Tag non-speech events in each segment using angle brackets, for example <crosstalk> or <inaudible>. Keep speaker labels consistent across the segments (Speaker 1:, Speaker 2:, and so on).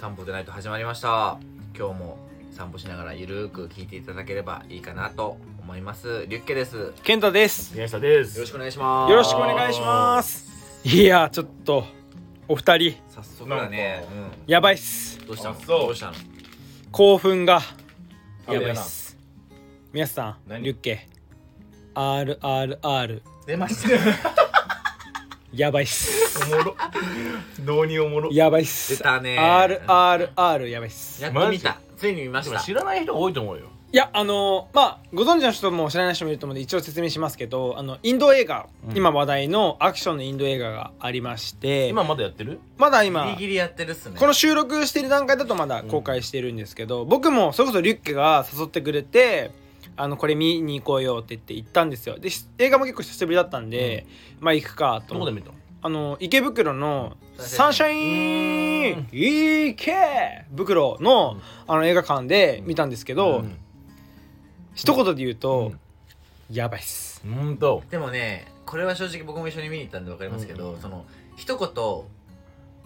Speaker 1: 散歩でないと始まりました今日も散歩しながらゆるーく聞いていただければいいかなと思いますリュッケですよ
Speaker 2: 健太です
Speaker 3: 宮下です
Speaker 1: ろしくお願いします
Speaker 2: よろしくお願いしますいやーちょっとお二人
Speaker 1: 早速だね
Speaker 3: なんか
Speaker 2: やばいっす
Speaker 1: うんどうしたの
Speaker 3: あそう
Speaker 1: どうしたの
Speaker 2: 興奮が
Speaker 3: あ
Speaker 2: や
Speaker 3: れやな
Speaker 2: ばいっす皆さん
Speaker 3: 何
Speaker 2: リュッケ RRR
Speaker 1: 出ました
Speaker 2: やばい
Speaker 1: <laughs>
Speaker 2: っす
Speaker 3: おもろどうにおもろ
Speaker 2: やばいっす
Speaker 1: 出たね
Speaker 2: RRR やばいっす
Speaker 1: やっと見たついに見ま
Speaker 3: で
Speaker 1: し
Speaker 3: も
Speaker 1: た
Speaker 3: 知らない人多いと思うよ
Speaker 2: いやあのーまあご存知の人も知らない人もいると思うので一応説明しますけどあのインド映画、
Speaker 3: うん
Speaker 2: 今話題のアクションのインド映画がありまして
Speaker 3: 今まだやってる
Speaker 2: まだ
Speaker 1: ギ
Speaker 2: 今
Speaker 1: リギリやってるっすね
Speaker 2: この収録してる段階だとまだ公開してるんですけど、僕もそれこそリュッケが誘ってくれてあのこれ見に行こうよって言って行ったんですよでし映画も結構久しぶりだったんで、まあ行くかと
Speaker 3: どこ
Speaker 2: 思
Speaker 3: で
Speaker 2: って
Speaker 3: 見たの
Speaker 2: あの池袋の
Speaker 1: サ
Speaker 2: サ
Speaker 1: ン
Speaker 2: ン
Speaker 1: シ
Speaker 2: シャイン池袋の
Speaker 3: うん
Speaker 2: あの映画館で見たんですけど、
Speaker 3: うん
Speaker 2: 一言で言うと、
Speaker 3: うん
Speaker 2: やばいっす
Speaker 3: ほんと
Speaker 1: でもねこれは正直僕も一緒に見に行ったんでわかりますけど、
Speaker 3: うんうん
Speaker 1: その一言って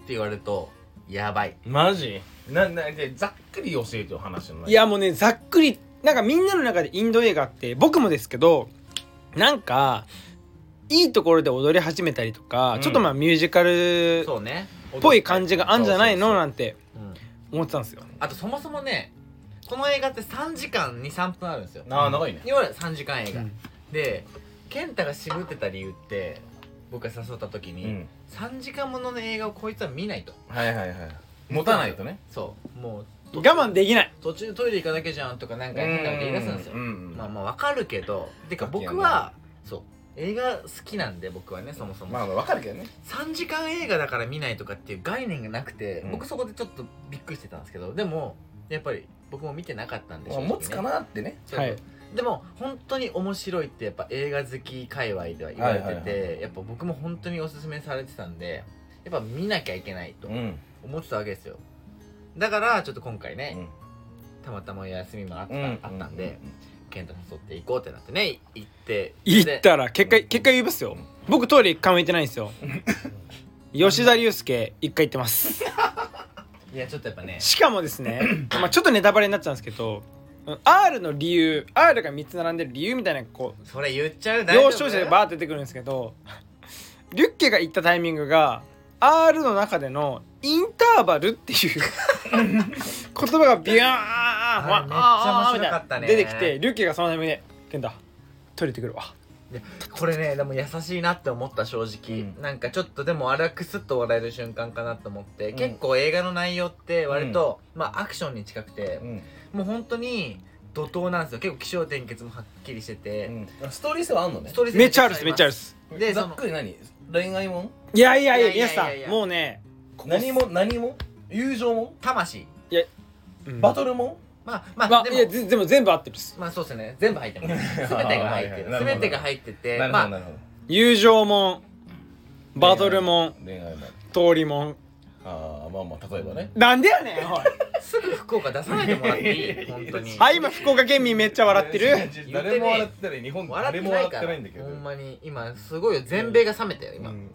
Speaker 1: 言われるとやばい
Speaker 3: マジななでざっくり教えてよ話の内容
Speaker 2: いやもうねざっくりなんかみんなの中でインド映画って僕もですけどなんかいいところで踊り始めたりとか、
Speaker 3: うん
Speaker 2: ちょっとまあミュージカル
Speaker 1: そうね、
Speaker 2: っぽい感じがあんじゃない
Speaker 3: そ
Speaker 2: の
Speaker 3: うそう
Speaker 2: なんて
Speaker 1: うん、
Speaker 2: 思ってたんですよ
Speaker 1: あとそもそもねこの映画って3時間23分あるんですよ
Speaker 3: そうあー長いね
Speaker 1: いわゆる3時間映画、
Speaker 2: うん
Speaker 1: で健太が渋ってた理由って僕が誘った時
Speaker 3: う
Speaker 1: に、
Speaker 3: ん
Speaker 1: 3時間ものの映画をこいつは見ないと
Speaker 3: はいはいはい持たないとね
Speaker 1: そうもう
Speaker 2: 我慢できない
Speaker 1: 途中トイレ行かなきゃじゃんとかなんか変なこと言い出すんですよ
Speaker 3: うんうん
Speaker 1: まあ
Speaker 3: ま
Speaker 1: まあわかるけどてか僕はそう映画好きなんで僕はねそもそも、
Speaker 3: あわかるけどね
Speaker 1: 3時間映画だから見ないとかっていう概念がなくて、
Speaker 3: うん
Speaker 1: 僕そこでちょっとびっくりしてたんですけどでもやっぱり僕も見てなかったんで
Speaker 3: まあ
Speaker 1: 正直
Speaker 3: 持つかなってね
Speaker 1: そう
Speaker 2: はい
Speaker 1: でも本当に面白いってやっぱ映画好き界隈では言われてて、
Speaker 3: はい
Speaker 1: やっぱ僕も本当におすすめされてたんでやっぱ見なきゃいけないと
Speaker 3: うん
Speaker 1: 思ってたわけですよだからちょっと今回
Speaker 3: う
Speaker 1: ね、
Speaker 3: ん
Speaker 1: たまたまお休みもあった,、
Speaker 3: うん
Speaker 1: あったんで健太誘って行こうってなってね行って
Speaker 2: 行っ
Speaker 1: で
Speaker 2: たら結果結果言いますよ僕トイレ一回も行ってないんですよ吉田龍介一回行ってます
Speaker 1: いやちょっとやっぱね
Speaker 2: しかもですねまあちょっとネタバレになっちゃうんですけど R の理由 R が3つ並んでる理由みたいなこう
Speaker 1: それ言っちゃう
Speaker 2: 要所要所でバーって出てくるんですけどリュッケが行ったタイミングが R の中でのインターバル
Speaker 1: <laughs>
Speaker 2: っていう言葉がビューンわ
Speaker 1: あれめっちゃ面白かったね
Speaker 2: あーみいな出てきてリュッケがそのタイミングで「ケンタトイレ行ってくるわ
Speaker 1: いやこれねでも優しいなって思った正直、
Speaker 3: うん
Speaker 1: なんかちょっとでもあれはクスッと笑える瞬間かなと思って、
Speaker 3: うん
Speaker 1: 結構映画の内容って割と、まあアクションに近くて
Speaker 3: う、ん
Speaker 1: もう本当に怒涛なんですよ結構起承転結もはっきりしてて、
Speaker 3: うんストーリー性はあんのね
Speaker 1: ストーリー性
Speaker 2: めっちゃあるっすめっちゃあるっ
Speaker 1: りますで
Speaker 3: ざっくり何恋愛もん
Speaker 2: いやいやいや
Speaker 1: いやい
Speaker 2: 皆
Speaker 1: やい
Speaker 2: さ
Speaker 1: やいや
Speaker 2: んもうねここっす
Speaker 3: 何も何も友情も
Speaker 1: 魂
Speaker 2: うん
Speaker 3: バトルも
Speaker 1: まあまあ、
Speaker 2: まあ
Speaker 1: で
Speaker 2: いや
Speaker 1: も
Speaker 2: ぜでも全部合ってるっす
Speaker 1: まあそうですね全部入ってます全
Speaker 3: <laughs>
Speaker 1: てが入ってる
Speaker 3: はいは
Speaker 1: 全
Speaker 3: い
Speaker 1: てが入ってて
Speaker 3: なるほど
Speaker 1: ま
Speaker 3: な
Speaker 1: あ
Speaker 3: るほど
Speaker 2: 友情もんバトルもん
Speaker 3: 恋愛も
Speaker 2: 通りもん
Speaker 3: ああまあまあ例えばね
Speaker 2: なんでやねんおい
Speaker 1: <laughs> すぐ福岡出さないでもらっていい本当に
Speaker 2: あ今福岡県民めっちゃ笑ってる
Speaker 3: 誰も笑ってない日本
Speaker 1: 笑
Speaker 3: 誰
Speaker 1: って
Speaker 3: も
Speaker 1: な
Speaker 3: 笑
Speaker 1: い
Speaker 3: っ
Speaker 1: か
Speaker 3: て
Speaker 1: ら
Speaker 3: ないんだけど
Speaker 1: ほんまに今すごいよ全米が冷めたよ今、
Speaker 3: うん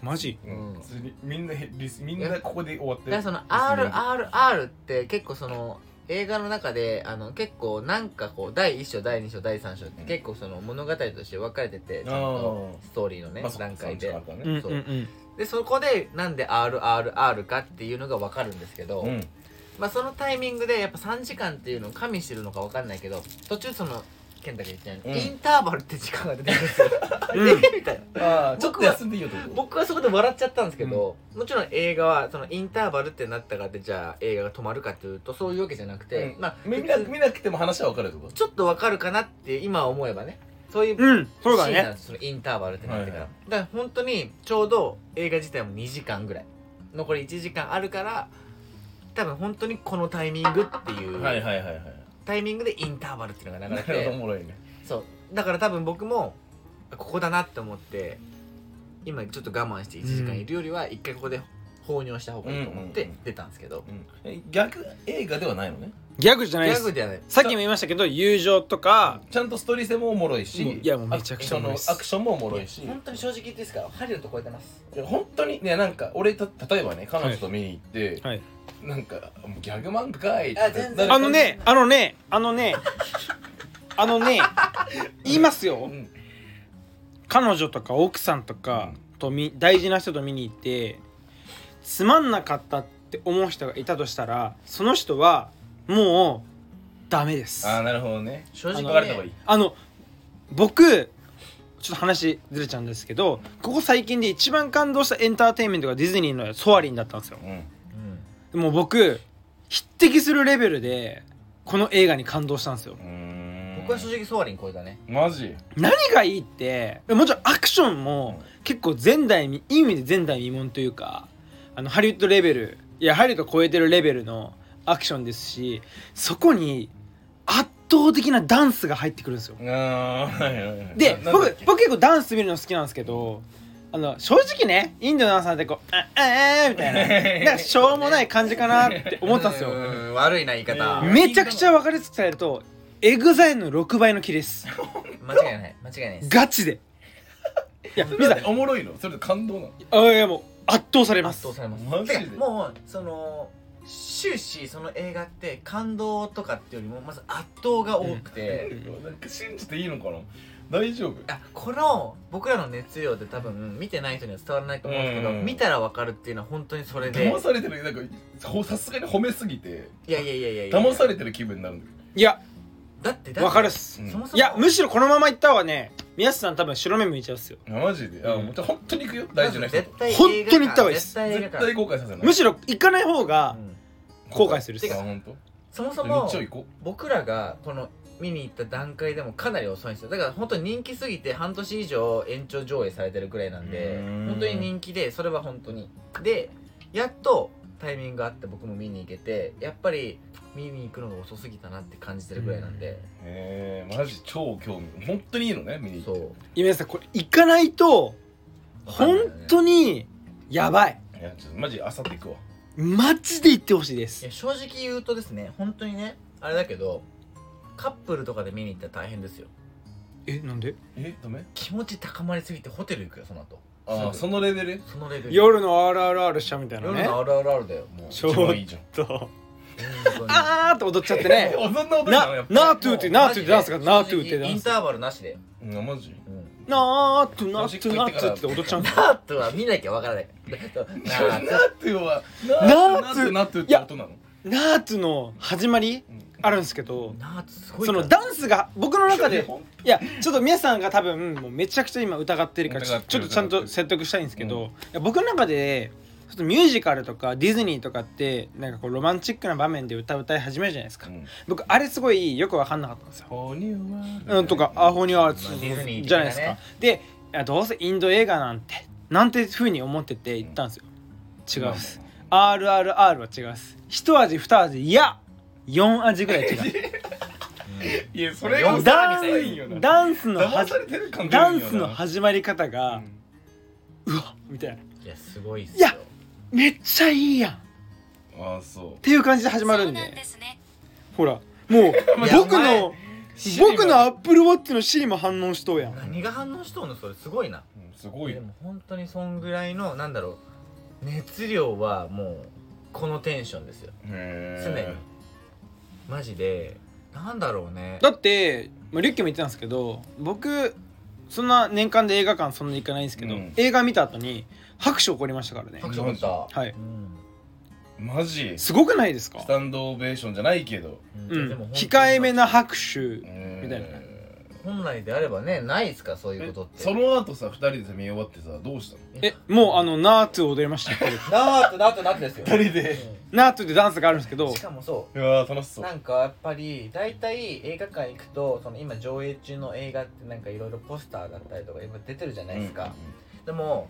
Speaker 2: マジ
Speaker 3: うん
Speaker 1: うん
Speaker 3: 普通にみんなへリスみんなここで終わっ
Speaker 1: だ
Speaker 3: て
Speaker 1: からその RRR って結構その映画の中であの結構なんかこう第1章第2章第3章って結構その物語として分かれててちゃんとストーリーのね
Speaker 3: まあそ
Speaker 1: 段階
Speaker 3: そ
Speaker 1: で
Speaker 3: っちからだ
Speaker 2: うん
Speaker 3: ね
Speaker 2: うんうん
Speaker 1: でそこでなんで RRR かっていうのが分かるんですけど、
Speaker 3: うん
Speaker 1: まあそのタイミングでやっぱ3時間っていうのを加味してるのか分かんないけど途中その健太が言ったように、
Speaker 3: うん
Speaker 1: インターバルって時間が出てくるんですよ、
Speaker 2: うん
Speaker 1: えみたいな
Speaker 3: ああちょっ
Speaker 1: 僕
Speaker 3: と
Speaker 1: は
Speaker 3: 休んでいいよってこと
Speaker 1: 僕はそこで笑っちゃったんですけど、もちろん映画はそのインターバルってなったからでじゃあ映画が止まるかっていうとそういうわけじゃなくて、
Speaker 3: うん
Speaker 1: まあ
Speaker 3: 見な
Speaker 1: 普通
Speaker 3: 見なくても話は分かるってこと
Speaker 1: ちょっとわかるかなって今思えばねそういう
Speaker 2: うんそうだ
Speaker 1: シーンな
Speaker 2: ね
Speaker 1: んですそのインターバルってなってから、
Speaker 3: はいは
Speaker 1: だから本当にちょうど映画自体も2時間ぐらい残り1時間あるから多分本当にこのタイミングっていう、
Speaker 3: はいはいはいはい
Speaker 1: タイミングでインターバルっていうのが流
Speaker 3: な
Speaker 1: れ
Speaker 3: るほどお
Speaker 1: て
Speaker 3: もろいね
Speaker 1: そうだから多分僕もここだなって思って今ちょっと我慢して1時間いるよりは一回ここで放尿した方がいいと思って
Speaker 3: うん
Speaker 1: 出たんですけど、
Speaker 3: 逆映画ではないのね
Speaker 2: ギャグじゃ
Speaker 1: ギ
Speaker 2: ないで
Speaker 1: ャ
Speaker 2: す
Speaker 1: グじゃない
Speaker 2: さっきも言いましたけど友情とか
Speaker 3: ちゃんとストーリー性もおもろいし
Speaker 2: もういやもうめちゃくちゃおもろいっす
Speaker 3: アクションもおもろいし
Speaker 1: 本当に正直言っていいですか針のとこ超えてます
Speaker 3: いや本当にねなんか俺た例えばね彼女と見に行って、
Speaker 2: はい
Speaker 3: なんかもうギャグ漫画かいって
Speaker 1: あ全然
Speaker 2: あのねあのねあのねあのね言います
Speaker 3: う
Speaker 2: よ
Speaker 3: ん
Speaker 2: 彼女とか奥さんとかとみ大事な人と見に行ってつまんなかったって思う人がいたとしたらその人はもうダメです
Speaker 3: あーなるほどね
Speaker 1: 正直
Speaker 3: 分
Speaker 1: ね
Speaker 3: かれた方がいい
Speaker 2: あの僕ちょっと話ずれちゃうんですけどここ最近で一番感動したエンターテインメントがディズニーの「ソアリン」だったんですよ
Speaker 3: うん
Speaker 1: うん
Speaker 2: でもう僕匹敵するレベルでこの映画に感動したんですよ
Speaker 3: うーん
Speaker 1: 僕は正直ソアリン超えたね
Speaker 3: マジ
Speaker 2: 何がいいってもちろんアクションも結構前代未いい意味で前代未聞というかあのハリウッドレベルいやハリウッドを超えてるレベルのアクションですしそこに圧倒的なダンスが入ってくるんですよ
Speaker 3: あーはいはいはい
Speaker 2: で
Speaker 3: ななんだっ
Speaker 2: 僕
Speaker 3: け
Speaker 2: 僕結構ダンス見るの好きなんですけどあの正直ねインドのダンサーってこう「あああ」みた
Speaker 3: <laughs>
Speaker 2: いななんかしょうもない感じかなって思ったんですよ
Speaker 1: うん悪いな言い方
Speaker 3: うん
Speaker 2: めちゃくちゃ分かりやすくされるとエグザイルの6倍のキレです
Speaker 1: 間違いない間違いないです
Speaker 2: ガチでいや
Speaker 3: そ
Speaker 2: 見
Speaker 3: れ
Speaker 2: た
Speaker 3: だっておもろいのそれで感動なの
Speaker 2: あいやもう圧倒されま
Speaker 1: 圧
Speaker 2: す
Speaker 1: 倒されます
Speaker 3: マジで
Speaker 1: てかもうその終始その映画って感動とかっていうよりもまず圧倒が多くて、
Speaker 3: なんか信じていいのかな大丈夫
Speaker 1: あこの僕らの熱量で多分見てない人には伝わらないと思うんですけど、
Speaker 3: うん
Speaker 1: 見たらわかるっていうのは本当にそれで
Speaker 3: 騙されてるなんかほさすがに褒めすぎて
Speaker 1: いやいやいやいやいや
Speaker 3: 騙されてる気分になるんだ
Speaker 2: いや
Speaker 1: だってだって
Speaker 2: 分かるっす
Speaker 3: うん
Speaker 1: そもそも
Speaker 2: いやむしろこのままいった方がね宮下さん多分白目向いちゃうっすよ
Speaker 3: けどマジであ
Speaker 2: うん
Speaker 3: もう本当に行くよ大事な人と
Speaker 1: 絶対
Speaker 2: 本当に行った方がいいっす
Speaker 1: 絶対映
Speaker 3: 絶
Speaker 1: 画館
Speaker 3: 対後悔させない
Speaker 2: むしろ行かない方が
Speaker 1: うん
Speaker 2: 後悔するっす
Speaker 3: あ本当
Speaker 1: そもそ
Speaker 3: めっ
Speaker 1: も
Speaker 3: ちゃ行こ
Speaker 1: 僕らがこの見に行った段階でもかなり遅いんですよだから本当に人気すぎて半年以上延長上映されてるぐらいなんで
Speaker 3: うーん
Speaker 1: 本当に人気でそれは本当にでやっとタイミングがあって僕も見に行けてやっぱり見に行くのが遅すぎたなって感じてるぐらいなんで、
Speaker 3: うへえマジ超興味本当にいいのね見に行
Speaker 1: そ
Speaker 3: っ
Speaker 1: う
Speaker 2: 皆さんこれ行かないと本当にやばい
Speaker 3: ていやちょっとマジあさって行くわ
Speaker 2: マジで行ってほしいで
Speaker 1: い
Speaker 2: す
Speaker 1: や正直言うとですね本当にねあれだけどカップルとかで見に行ったら大変ですよ
Speaker 2: えなんで
Speaker 3: えダメ
Speaker 1: 気持ち高まりすぎてホテル行くよその後
Speaker 3: ああ
Speaker 1: すぐ
Speaker 3: そのレベル
Speaker 1: そのレベル
Speaker 2: 夜の RRR したみたいな
Speaker 1: 夜
Speaker 2: ね
Speaker 1: のあるあるあるだよもう
Speaker 2: ち
Speaker 3: 一
Speaker 2: ょ
Speaker 3: 番いいじゃん
Speaker 2: と
Speaker 1: 本当に
Speaker 2: あーって
Speaker 3: <laughs>
Speaker 2: 踊っちゃって
Speaker 3: え
Speaker 2: ね
Speaker 3: そんなことなのや
Speaker 2: な
Speaker 3: っ、ぱ
Speaker 2: なートゥーって、なートゥーってダンスが、
Speaker 1: が
Speaker 2: なートゥーってダ
Speaker 1: イ
Speaker 2: ン
Speaker 1: ン
Speaker 2: ス。
Speaker 1: ターバルなしで、
Speaker 3: うんマジ
Speaker 1: うん、
Speaker 2: なートゥー、なートゥー、なートゥーって踊っちゃう
Speaker 1: <laughs>
Speaker 2: ん
Speaker 1: ナ
Speaker 2: ですよ。
Speaker 1: ートは見なきゃわからないナ
Speaker 3: ナ
Speaker 1: ート
Speaker 3: ットゥは
Speaker 2: ナッツ
Speaker 3: ナットゥって音なの
Speaker 2: ナートゥーの始まり
Speaker 3: うん
Speaker 2: あるんですけど、
Speaker 1: ナートすごい
Speaker 2: そ
Speaker 1: から
Speaker 2: のダンスが、僕の中
Speaker 3: いや
Speaker 2: で、
Speaker 3: ほん
Speaker 2: いや、ちょっと皆さんが多分、もうめちゃくちゃ今疑ってるから、ち
Speaker 3: 疑
Speaker 2: ょ
Speaker 3: って
Speaker 2: ちょ
Speaker 3: る
Speaker 2: っとちゃんと説得したいんですけど、いや僕の中で、ちょっとミュージカルとかディズニーとかってなんかこうロマンチックな場面で歌歌い始めるじゃないですか
Speaker 3: うん
Speaker 2: 僕あれすごいよく分かんなかったんですよ
Speaker 3: 哺乳は
Speaker 2: うんとかアホには
Speaker 1: まあディズニー的なね
Speaker 2: じゃないですかでいやどうせインド映画なんてなんてふうに思ってて行ったんですよ違うっす RRR は違うっす一味二味いや4味ぐらい <laughs> 違う
Speaker 3: いやそ
Speaker 1: れ
Speaker 3: れ
Speaker 1: が
Speaker 3: が
Speaker 1: お
Speaker 2: ダ
Speaker 1: 皿
Speaker 2: ン
Speaker 1: みたいよ
Speaker 2: スダンスのは
Speaker 3: 騙
Speaker 2: じ
Speaker 3: されてる感じ
Speaker 2: ダンスの始まり方が、うわみたいない
Speaker 1: やすごいっすよ
Speaker 2: いやめっちゃいいやんっ
Speaker 3: ああそ
Speaker 2: ていう感じで始まるんでほらもう <laughs>
Speaker 1: いや
Speaker 2: 僕
Speaker 1: お前
Speaker 2: の僕のアップルウォッチの C も反応しとうやん
Speaker 1: 何が反応しとんのそれすごいな
Speaker 3: ううんすごい
Speaker 1: でも本当にそんぐらいのなんだろう熱量はもうこのテンションですよ
Speaker 3: へ
Speaker 1: マジでなんだろうね
Speaker 2: だって、まあ、リュッケも言ってたんですけど僕そんな年間で映画館そんなに行かないんですけど、
Speaker 3: うん
Speaker 2: 映画見た後に拍手起こりましたからね
Speaker 1: 拍手起こった
Speaker 2: はい
Speaker 1: うん
Speaker 3: えマジス
Speaker 2: すごくないですか
Speaker 3: タンドオベーションじゃないけど
Speaker 1: うん
Speaker 2: うん
Speaker 1: でも本当に
Speaker 2: 控えめな拍手み
Speaker 3: み
Speaker 2: たいな
Speaker 1: 本来であればねないっすかそういうことって
Speaker 3: その後さ二人でさ見終わってさどうしたの
Speaker 2: えもうあのナートゥ踊りましたよ
Speaker 1: ナートナートナートですよ
Speaker 3: 二人で
Speaker 2: <laughs> ナートゥってダンスがあるんですけ
Speaker 1: う
Speaker 2: ど
Speaker 1: んしかもそう
Speaker 3: うわー楽しそう
Speaker 1: なんかやっぱり大体映画館行くとその今上映中の映画ってなんかいろいろポスターだったりとか今出てるじゃないですか、でも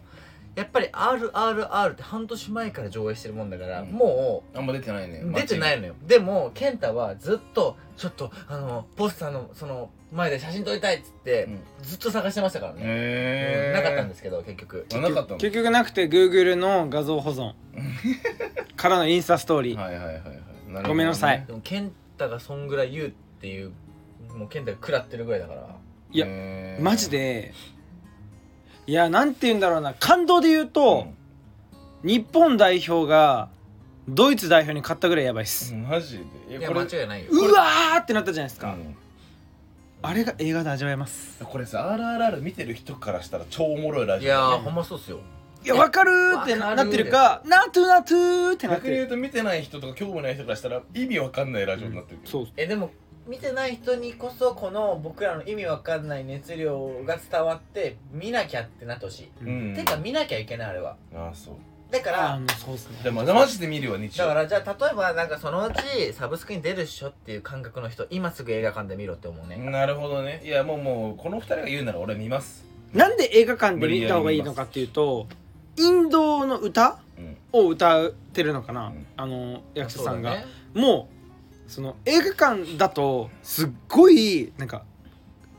Speaker 1: やっぱり「RRR」って半年前から上映してるもんだから、
Speaker 3: うん
Speaker 1: も
Speaker 3: うんあんま出てないね
Speaker 1: う出てない
Speaker 3: の
Speaker 1: のよでも健太はずっとちょっとあのポスターのその前で写真撮りたいっつって、
Speaker 3: うん
Speaker 1: ずっと探してましたからね、
Speaker 3: へ
Speaker 1: うんな
Speaker 3: え
Speaker 1: かったんですけど結局
Speaker 3: あなかったの
Speaker 2: 結局なくて Google の画像保存からのインスタストーリー、
Speaker 3: はいはいはいはいるほどね
Speaker 2: ごめんなさい
Speaker 1: でも健太がそんぐらい言うっていうもう健太が食らってるぐらいだから
Speaker 2: いや
Speaker 3: や
Speaker 2: マジでいやなんて言うんだろうな感動で言うと、日本代表がドイツ代表に勝ったぐらいやばいっす、
Speaker 3: マジで
Speaker 1: い
Speaker 3: い
Speaker 1: や
Speaker 3: やこれ
Speaker 1: 間違いないよ
Speaker 2: うわーってなったじゃないですか、
Speaker 3: うん
Speaker 2: あれが映画で味わえます
Speaker 3: これさ RRR 見てる人からしたら超おもろいラ
Speaker 1: い
Speaker 3: ジオ
Speaker 1: やー
Speaker 3: ね
Speaker 1: ほんまそうっすよ
Speaker 2: いやわかるーって
Speaker 1: わか
Speaker 2: な
Speaker 1: る
Speaker 2: なってるかなトゥなトゥーってなっ
Speaker 3: 逆
Speaker 2: て
Speaker 3: に言
Speaker 2: る
Speaker 3: うと見てない人とか興味ない人からしたら意味わかんないラジオになってるけど
Speaker 2: そう
Speaker 1: えでも見てない人にこそこの僕らの意味わかんない熱量が伝わって見なきゃってなってほしい、
Speaker 2: う
Speaker 3: うん
Speaker 1: てか見なきゃいけないあれは
Speaker 3: ああそう
Speaker 1: だか
Speaker 2: あ
Speaker 1: ら
Speaker 2: のそうですね
Speaker 3: でもマジで見るわ日
Speaker 1: だ
Speaker 3: 曜
Speaker 1: からじゃあ例えばなんかそのうちサブスクに出るっしょっていう感覚の人今すぐ映画館で見ろって思うね
Speaker 3: なるほどねいやもうもうこの二人が言うなら俺見ます
Speaker 2: なんで映画館で見た方がいいのかっていうとインドの歌
Speaker 3: うん
Speaker 2: を歌ってるのかな、
Speaker 3: うん
Speaker 2: あの役者さんが、
Speaker 1: そうだね
Speaker 2: もうその映画館だとすっごいなんか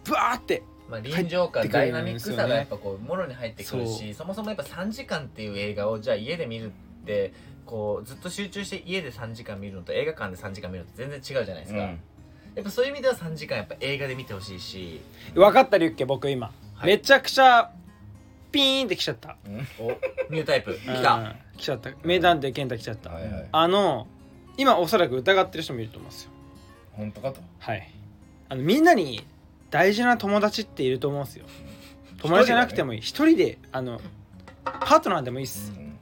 Speaker 2: ブワーって
Speaker 1: まあ、臨場
Speaker 2: 入
Speaker 1: 感
Speaker 2: ってく
Speaker 1: ダ
Speaker 2: る
Speaker 1: イ
Speaker 2: ん
Speaker 1: ナミ
Speaker 2: で
Speaker 1: ッ
Speaker 2: す
Speaker 1: ク
Speaker 2: よね
Speaker 1: さがやっぱこうもろに入ってくる
Speaker 2: そ
Speaker 1: しそもそもやっぱ3時間っていう映画をじゃあ家で見るってこうずっと集中して家で3時間見るのと映画館で3時間見るのと全然違うじゃないですか、
Speaker 3: うん
Speaker 1: やっぱそういう意味では3時間やっぱ映画で見てほしいし
Speaker 2: 分かったリュッケ僕今、
Speaker 1: はい
Speaker 2: めちゃくちゃピーンってきちゃった
Speaker 1: おニュータイプ来
Speaker 2: う
Speaker 1: た
Speaker 2: ん来ちゃった名探偵健太来ちゃった、
Speaker 3: はいはい
Speaker 2: あの今おそらく疑ってる人もいると思うんですよ
Speaker 3: 本当かと
Speaker 2: はいあのみんなに大事な友達っていると思うん <laughs> ですよ友達じゃなくてもいい一人,、であのパートナーでもいいっす、
Speaker 3: うん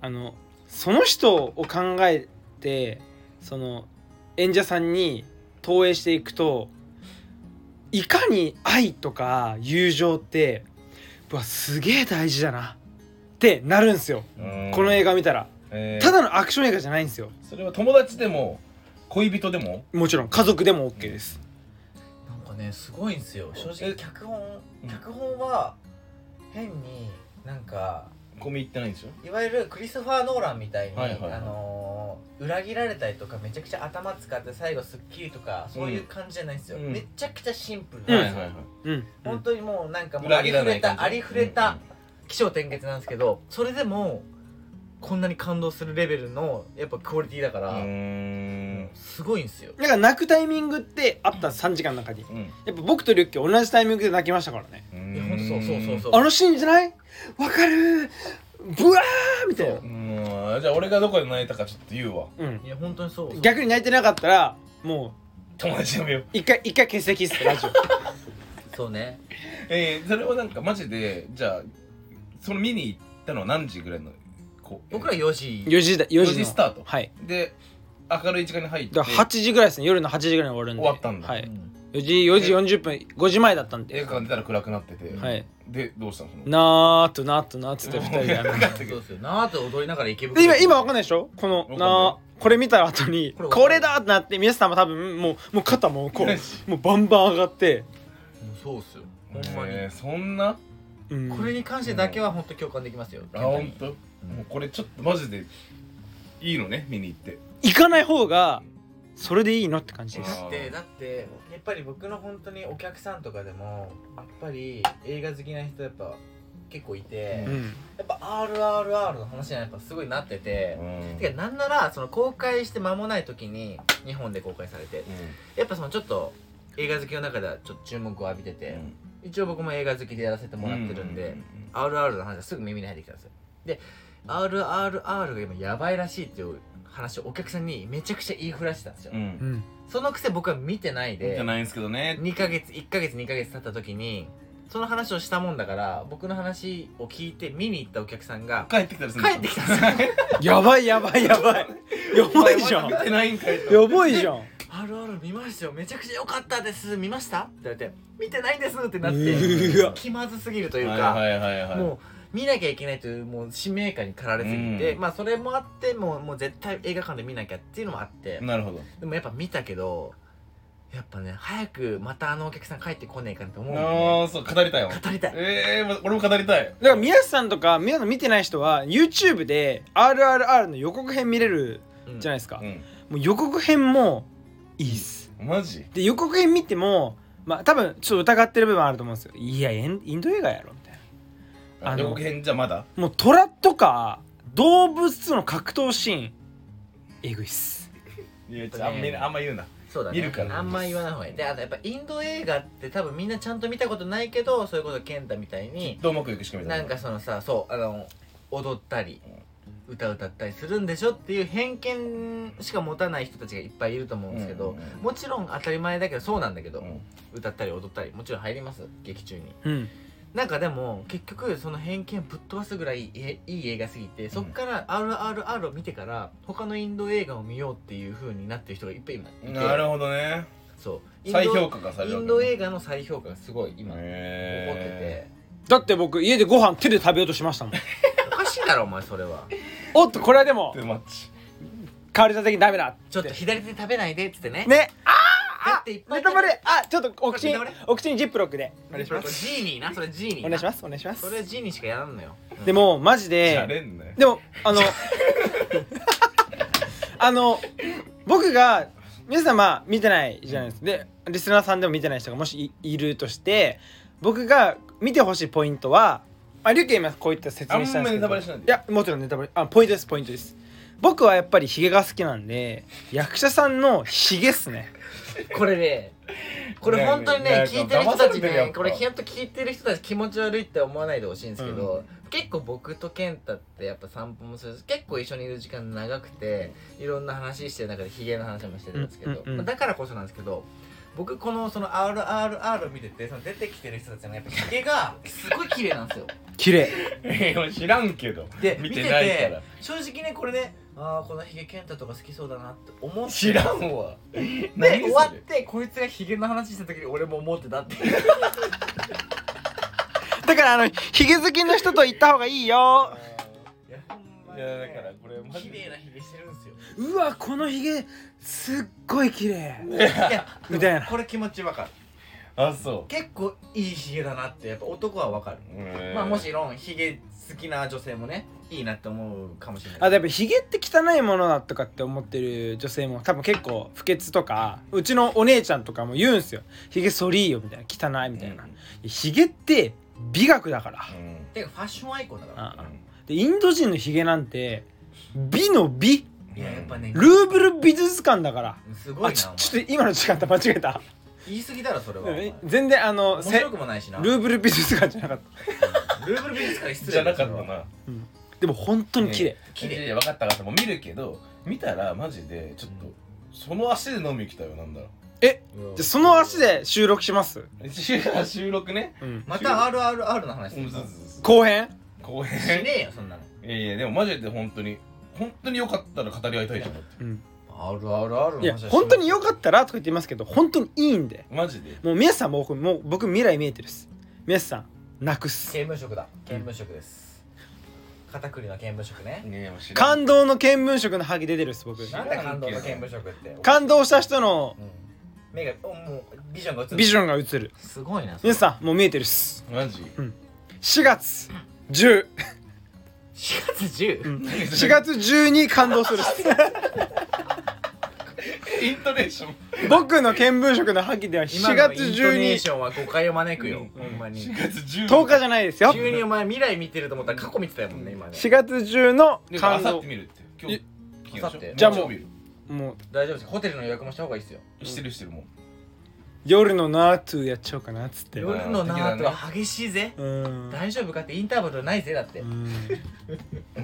Speaker 2: あのその人を考えてその演者さんに投影していくといかに愛とか友情ってうわすげえ大事だなってなるんですよ
Speaker 3: うん
Speaker 2: この映画見たら
Speaker 3: えー
Speaker 2: ただのアクション映画じゃないんですよ
Speaker 3: それは友達でも恋人でも
Speaker 2: もちろん家族でも OK です
Speaker 1: なんかねすごいんですよ正直
Speaker 3: え
Speaker 1: 脚本
Speaker 3: うん
Speaker 1: 脚本は変になんか
Speaker 3: 込み入ってないんでしょ
Speaker 1: いわゆるクリストファー・ノーランみたいに、
Speaker 3: はいはいはい
Speaker 1: あのー裏切られたりとかめちゃくちゃ頭使って最後すっきりとかそういう感じじゃないんですよ、
Speaker 3: うん
Speaker 1: めちゃくちゃシンプル
Speaker 2: うん
Speaker 1: なんですよ、
Speaker 2: うん
Speaker 1: 本当にもうなんかもうあ
Speaker 3: 裏
Speaker 1: り
Speaker 3: 切
Speaker 1: ふ
Speaker 3: らな
Speaker 1: れ
Speaker 3: い感じ
Speaker 1: たありふれた起承転結なんですけどそれでもこんなに感動するレベルのやっぱクオリティだか
Speaker 3: う
Speaker 1: ら、
Speaker 3: ん
Speaker 1: すごいんですよ
Speaker 2: だから泣くタイミングってあった3時間の中に
Speaker 3: うん
Speaker 2: やっぱ僕とリュッケ同じタイミングで泣きましたからね
Speaker 3: うん
Speaker 1: いやほんとそうそうそうそう
Speaker 2: あのシーンじゃないわかるーブワーみたいな
Speaker 3: うんじゃあ俺がどこで泣いたかちょっと言うわ <laughs>
Speaker 2: うん
Speaker 1: いや本当にそう
Speaker 2: 逆に泣いてなかったらも
Speaker 3: 友達やめよう
Speaker 2: う一回一回欠席っすラジオ
Speaker 1: そうね
Speaker 3: えー、それはなんかマジでじゃあその見に行ったのは何時ぐらいのこう
Speaker 1: 僕ら
Speaker 3: え
Speaker 1: 4時
Speaker 2: 4時だ4時
Speaker 3: 4
Speaker 2: の
Speaker 3: 時スタート
Speaker 2: はい
Speaker 3: ーで明るい時間に入って
Speaker 2: だから8時ぐらいですね夜の8時ぐらいに終わるんで
Speaker 3: 終わったんだ
Speaker 2: は
Speaker 1: う
Speaker 2: い、
Speaker 1: ん
Speaker 2: 4時4時40分5時前だったん
Speaker 3: 映
Speaker 2: で
Speaker 3: 画館出たら暗くなってて、
Speaker 2: はい
Speaker 3: でどうしたのその
Speaker 2: なーっとなーっとなーっつって2人でやる
Speaker 3: 分かった
Speaker 1: <laughs> そ
Speaker 3: け
Speaker 1: う
Speaker 3: ど
Speaker 1: ですよなーって踊りながら池
Speaker 2: で
Speaker 1: 袋
Speaker 2: 今今わかんないでしょこの
Speaker 3: かんない
Speaker 2: なーこれ見た後に
Speaker 1: これわかんな
Speaker 2: これ
Speaker 1: い
Speaker 2: だーってなって皆さんも多分もうもう肩もこ
Speaker 3: よ
Speaker 2: うもうバンバン上がって、
Speaker 1: もうそうっすよほんまに、
Speaker 3: えーそんな
Speaker 2: うん、
Speaker 1: これに関してだけは本当共感できますよ、
Speaker 3: あ
Speaker 1: 健太
Speaker 3: 本
Speaker 1: に
Speaker 3: 当、もうこれちょっとマジでいいのね見に行って
Speaker 2: 行かない方がそれでいいのって感じです
Speaker 1: だってだってやっぱり僕の本当にお客さんとかでもやっぱり映画好きな人やっぱ結構いて、
Speaker 2: う
Speaker 1: や
Speaker 2: ん
Speaker 1: っぱ RRR の話にやっぱすごいなってて、
Speaker 3: ん
Speaker 1: てかなんならその公開して間もない時に日本で公開されてやっぱそのちょっと映画好きの中ではちょっと注目を浴びてて、一応僕も映画好きでやらせてもらってるんで、RR の話がすぐ耳に入ってきたんですよで RRR が今やばいらしいっていう話をお客さんにめちゃくちゃ言いふらしてたんですよ、
Speaker 3: うん、うん
Speaker 2: うん
Speaker 1: そのくせ僕は見てない
Speaker 3: 見
Speaker 1: で
Speaker 3: てないんですけどね
Speaker 1: 2ヶ月1ヶ月2ヶ月経った時にその話をしたもんだから僕の話を聞いて見に行ったお客さんが
Speaker 3: 帰ってきたらす
Speaker 1: 帰ってきたんですよ
Speaker 2: やばいやばいやばいやばいじゃん
Speaker 3: <laughs> 見てないんかいと
Speaker 2: やばいじゃん
Speaker 1: RR 見ましたよめちゃくちゃ良かったです見ましたって言われて見てないですってなっ
Speaker 2: う
Speaker 1: て
Speaker 2: わ
Speaker 1: 気まずすぎるというか、
Speaker 3: はいはいはいはい、
Speaker 1: もう見なきゃいけないというもう使命感に駆られすぎて、
Speaker 3: うん
Speaker 1: まあそれもあってもうもう絶対映画館で見なきゃっていうのもあって、
Speaker 3: なるほど
Speaker 1: でもやっぱ見たけどやっぱね早くまたあのお客さん帰ってこねえかなと思う、
Speaker 3: ああそう語りたいもん
Speaker 1: 語りたい
Speaker 3: ええー、俺も語りたい
Speaker 2: だから宮下さんとか宮下さん見てない人は YouTube で RRR の予告編見れる
Speaker 1: うん
Speaker 2: じゃないですか、
Speaker 3: うん
Speaker 2: もう予告編もいいっす
Speaker 3: マジ
Speaker 2: で予告編見てもまあ多分ちょっと疑ってる部分あると思うんですよいやインインド映画やろみたいなあの
Speaker 3: 予告編じゃまだ
Speaker 2: もう虎とか動物との格闘シーンえぐいっす
Speaker 3: いやちょっとあんま見るあんま言うな
Speaker 1: そうだね
Speaker 3: 見るから
Speaker 1: あんま言わない方がいいであとやっぱインド映画って多分みんなちゃんと見たことないけどそういうこと健太みたいに
Speaker 3: どううまくいくしか見た
Speaker 1: なんかそのさそうあの踊ったり歌歌ったりするんでしょっていう偏見しか持たない人たちがいっぱいいると思うんですけど、
Speaker 3: うんうんうん
Speaker 1: もちろん当たり前だけどそうなんだけど、
Speaker 3: うん
Speaker 1: 歌ったり踊ったりもちろん入ります劇中に
Speaker 2: うん
Speaker 1: なんかでも結局その偏見ぶっ飛ばすぐらいいえいい映画すぎてそっから RRR を見てから他のインド映画を見ようっていう風になってる人がいっぱい今いて
Speaker 3: なるほどね
Speaker 1: そう
Speaker 3: 再評価がされ
Speaker 1: イ
Speaker 3: るわけ
Speaker 1: ンド映画の再評価がすごい今起こって
Speaker 3: へ
Speaker 1: て
Speaker 2: だって僕家でご飯手で食べようとしまし
Speaker 1: <laughs>
Speaker 2: たもん
Speaker 1: おかしいだろお前それは
Speaker 2: おっとこれはでも
Speaker 3: ートゥーマッチ
Speaker 2: 香りさ的にダメだ
Speaker 1: ちょっと左手で食べないでっつってね
Speaker 2: ね
Speaker 1: だっていっぱい
Speaker 2: ネタバレあちょっとお口に
Speaker 1: ネタバレ
Speaker 2: お口にジップロックで
Speaker 1: ジーニーなそれジーニー
Speaker 2: お願いし
Speaker 1: ま
Speaker 2: ますお願いします
Speaker 1: それジーニーしかやらんのよ
Speaker 2: でもマジ
Speaker 3: じゃ
Speaker 2: で
Speaker 3: れんね
Speaker 2: でもあ
Speaker 3: <laughs>
Speaker 2: のあの僕が皆さんまあ見てないじゃないですかでリスナーさんでも見てない人がもしいいるとして僕が見てほしいポイントはあリュウケイ今こういった説明したんですけど
Speaker 3: あんまりネタバレしないで
Speaker 2: やもちろんネタバレあポイントですポイントです僕はやっぱりヒゲが好きなんで役者さんのヒゲっすね
Speaker 1: これねこれ本当に
Speaker 3: い
Speaker 1: ね
Speaker 3: やいや
Speaker 1: 聞いてる人たち
Speaker 3: 騙されてるやん
Speaker 1: ね
Speaker 3: か
Speaker 1: これちゃんと聞いてる人たち気持ち悪いって思わないでほしいんですけど、結構僕と健太ってやっぱ散歩もするし結構一緒にいる時間長くていろんな話してる中でヒゲの話もしてるんですけど、
Speaker 2: うんうんうん
Speaker 1: まあだからこそなんですけど僕このその RRR 見ててその出てきてる人たちのやっぱヒゲがすごい綺麗なんですよ
Speaker 2: 綺麗
Speaker 3: えー知らんけど
Speaker 1: で <laughs> 見
Speaker 3: 見
Speaker 1: て
Speaker 3: て
Speaker 1: て
Speaker 3: ないから
Speaker 1: 正直ねこれねああこのヒゲ健太とか好きそうだなって思って
Speaker 3: 知らんわ
Speaker 1: で
Speaker 3: 何
Speaker 1: 終わ
Speaker 3: そ
Speaker 1: っ
Speaker 3: れ
Speaker 1: てこいつがヒゲの話した時に俺も思ってたっていう
Speaker 2: だからあのヒゲ好きの人と行った方がいいよ
Speaker 1: いや、ほんまに
Speaker 3: い
Speaker 1: ね
Speaker 3: やだからこれマジ
Speaker 1: 綺麗な
Speaker 3: で
Speaker 1: ヒゲしてるんですよ。
Speaker 2: うわこのヒゲすっごい綺麗
Speaker 1: いや、
Speaker 2: <laughs> みたいな
Speaker 1: これ気持ちわかる。
Speaker 3: あそ
Speaker 1: 結構いいヒゲだなって、やっぱ男はわかる。
Speaker 3: うへー
Speaker 1: まあ、もちろんヒゲ好きな女性もね、いいなって思うかもしれない。
Speaker 2: あでもヒゲって汚いものだとかって思ってる女性も多分結構不潔とかうちのお姉ちゃんとかも言うんすよヒゲ剃りいよみたいな汚いみたいな、
Speaker 3: うん
Speaker 2: ヒゲって美学だから、
Speaker 3: うん
Speaker 1: てか、ファッションアイコンだから。
Speaker 2: あでインド人のヒゲなんて美の美
Speaker 1: いや、やっぱね、
Speaker 2: ルーブル美術館だから
Speaker 1: すごいな。
Speaker 2: あちちょっと今の時間と間違えた
Speaker 1: お前言い過ぎだろ、それは。お前
Speaker 2: 全然あの
Speaker 1: 面
Speaker 2: せ
Speaker 1: 白くもないしな。ル
Speaker 2: ルーブル美術館じゃなかった
Speaker 1: ーブル美術から失礼
Speaker 3: じゃなかった
Speaker 1: それは
Speaker 3: な
Speaker 2: でも本当に綺麗、
Speaker 1: 綺麗
Speaker 3: いや分かった分かったもう見るけど見たらマジでちょっと、その足で飲みに来たよなんだろ
Speaker 1: うん
Speaker 2: でその足で収録します、
Speaker 3: う収録ね
Speaker 2: うん、
Speaker 1: また RRR の話す
Speaker 3: う
Speaker 1: る
Speaker 3: んそう
Speaker 1: の
Speaker 3: そう
Speaker 1: し
Speaker 3: そう
Speaker 2: 後編
Speaker 3: 公
Speaker 1: ね
Speaker 3: 園
Speaker 1: えよ、そんなの。
Speaker 3: いやいやでもマジで本当に本当によかったら語り合いたいじゃんだっ
Speaker 2: う
Speaker 3: て
Speaker 2: ん
Speaker 1: あるあるある
Speaker 2: いや本当に良か
Speaker 1: っ
Speaker 2: ったらとか言ってますけど本当にいいんで
Speaker 3: マジで
Speaker 2: もう皆さんもう僕もう僕未来見えてるっす皆さんなくっす
Speaker 1: 刑務職だ刑務職です片栗の刑務職ね
Speaker 3: ねえもう知らん
Speaker 2: 感動の見聞色のハゲ出てるっす僕
Speaker 3: 知
Speaker 1: な
Speaker 3: ら
Speaker 1: んで感動の刑務職って
Speaker 2: 感動した人の
Speaker 1: うん目がおもうビジョンが映る
Speaker 2: ビジョンが映る
Speaker 1: すごいなそれ
Speaker 2: 皆さんもう見えてるっす
Speaker 3: マジ
Speaker 2: 4月10
Speaker 1: 4月 10?
Speaker 2: 4月10に感動するっ
Speaker 1: <laughs>
Speaker 2: す
Speaker 3: <laughs> イントネーション
Speaker 2: 僕の見聞色のハゲでは
Speaker 1: 今の
Speaker 2: 4
Speaker 1: イ
Speaker 2: 月
Speaker 1: ントネー
Speaker 2: 10
Speaker 1: ションは誤解を招くよ
Speaker 3: う
Speaker 1: ほんまに
Speaker 3: 4月10
Speaker 2: 10日じゃないですよ
Speaker 1: 急にお前未来見てると思ったら過去見てたよもんね今ね
Speaker 2: 4月10の
Speaker 3: でも
Speaker 2: 感
Speaker 3: あさっ
Speaker 2: 動
Speaker 3: て見るって今日金曜でしょ
Speaker 1: あさって
Speaker 2: じゃあもう
Speaker 3: 日曜
Speaker 2: もう
Speaker 1: 大丈夫ですホテルの予約もした方がいいですよ
Speaker 3: 日してるしてるもう
Speaker 2: 夜のナートゥやっちゃおうかなっつってう
Speaker 1: 夜のナートは激しいぜ
Speaker 2: ん
Speaker 1: 大丈夫かってインターバルないぜだって
Speaker 2: うん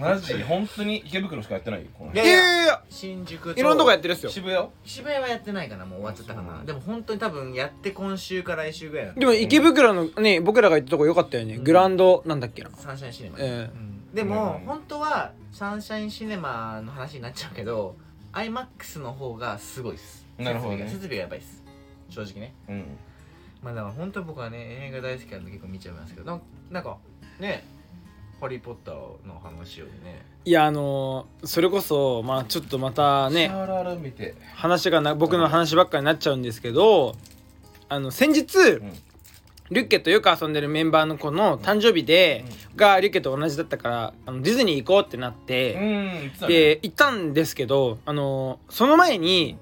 Speaker 3: マジ本当に池袋しかやってないよこの
Speaker 1: いや
Speaker 2: いやいやいや
Speaker 1: 新宿
Speaker 2: いろんなとこやって
Speaker 1: て
Speaker 2: るっすよ
Speaker 3: 渋谷よ
Speaker 1: 渋谷はやってないかなもう終わっちゃったか
Speaker 3: あ
Speaker 1: な
Speaker 3: そう
Speaker 1: でも本当に多分やって今週か来週ぐらいなんで
Speaker 2: でも池袋のね僕らが行ったとこ良かったよね、グランドなんだっけな
Speaker 1: サンシャインシネマ、
Speaker 2: え
Speaker 1: でも、
Speaker 3: うん
Speaker 1: 本当はサンシャインシネマの話になっちゃうけど iMAX の方がすごいっす
Speaker 3: なるほどね
Speaker 1: 設備が設備がやばいっす正直ね
Speaker 3: うん
Speaker 1: まあだから本当僕はね映画大好きなんで結構見ちゃいますけどなんなんかねハリー・ポッターの話をね
Speaker 2: いやあのーそれこそまあちょっとまた
Speaker 3: ね
Speaker 2: ね
Speaker 3: あるある見て
Speaker 2: 話がな僕の話ばっかりになっちゃうんですけどあの先日
Speaker 3: うん
Speaker 2: リュッケとよく遊んでるメンバーの子の誕生日で、がリュッケと同じだったからあのディズニー行こうってなっ
Speaker 3: う
Speaker 2: て、
Speaker 3: ん言ってたね
Speaker 2: で行ったんですけどあのーその前に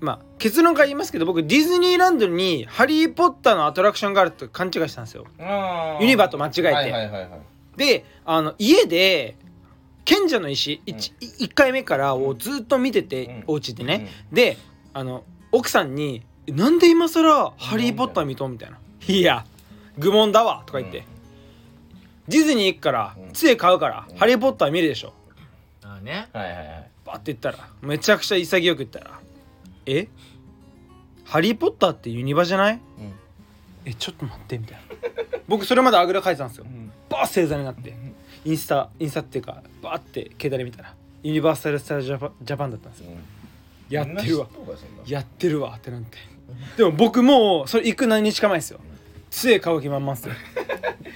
Speaker 2: まあ結論から言いますけど僕ディズニーランドに「ハリー・ポッター」のアトラクションがあると勘違いしたんですよ。
Speaker 3: あー
Speaker 2: ユニバと間違えて
Speaker 3: はいはいはいはい
Speaker 2: であの家で賢者の石 1, 一回目からをずっと見てて、
Speaker 3: うん
Speaker 2: お家でね、であの奥さんに「えなんで今更ハリー・ポッター見とん?」みたいな「いや愚問だわ」とか言って、ディズニー行くから
Speaker 3: うん
Speaker 2: 杖買うから、
Speaker 3: うん
Speaker 2: ハリー・ポッター見るでしょ」
Speaker 1: ああね
Speaker 3: うんはいはいはい
Speaker 2: バッて言ったらめちゃくちゃ潔く言ったら「えハリー・ポッターってユニバじゃないえちょっと待って」みたいな僕それまであぐらかいてたんですよ
Speaker 3: うん
Speaker 2: バーッ正座になってインスタインスタっていうかバーって携帯で見たらユニバーサル・スタジオ・ジャパンだったんですよやってるわ
Speaker 3: みんな知っとうかそんな
Speaker 2: やってるわってなんてでも僕もうそれ行く何日か前ですよ杖買う気満々っす
Speaker 3: <laughs>
Speaker 2: よ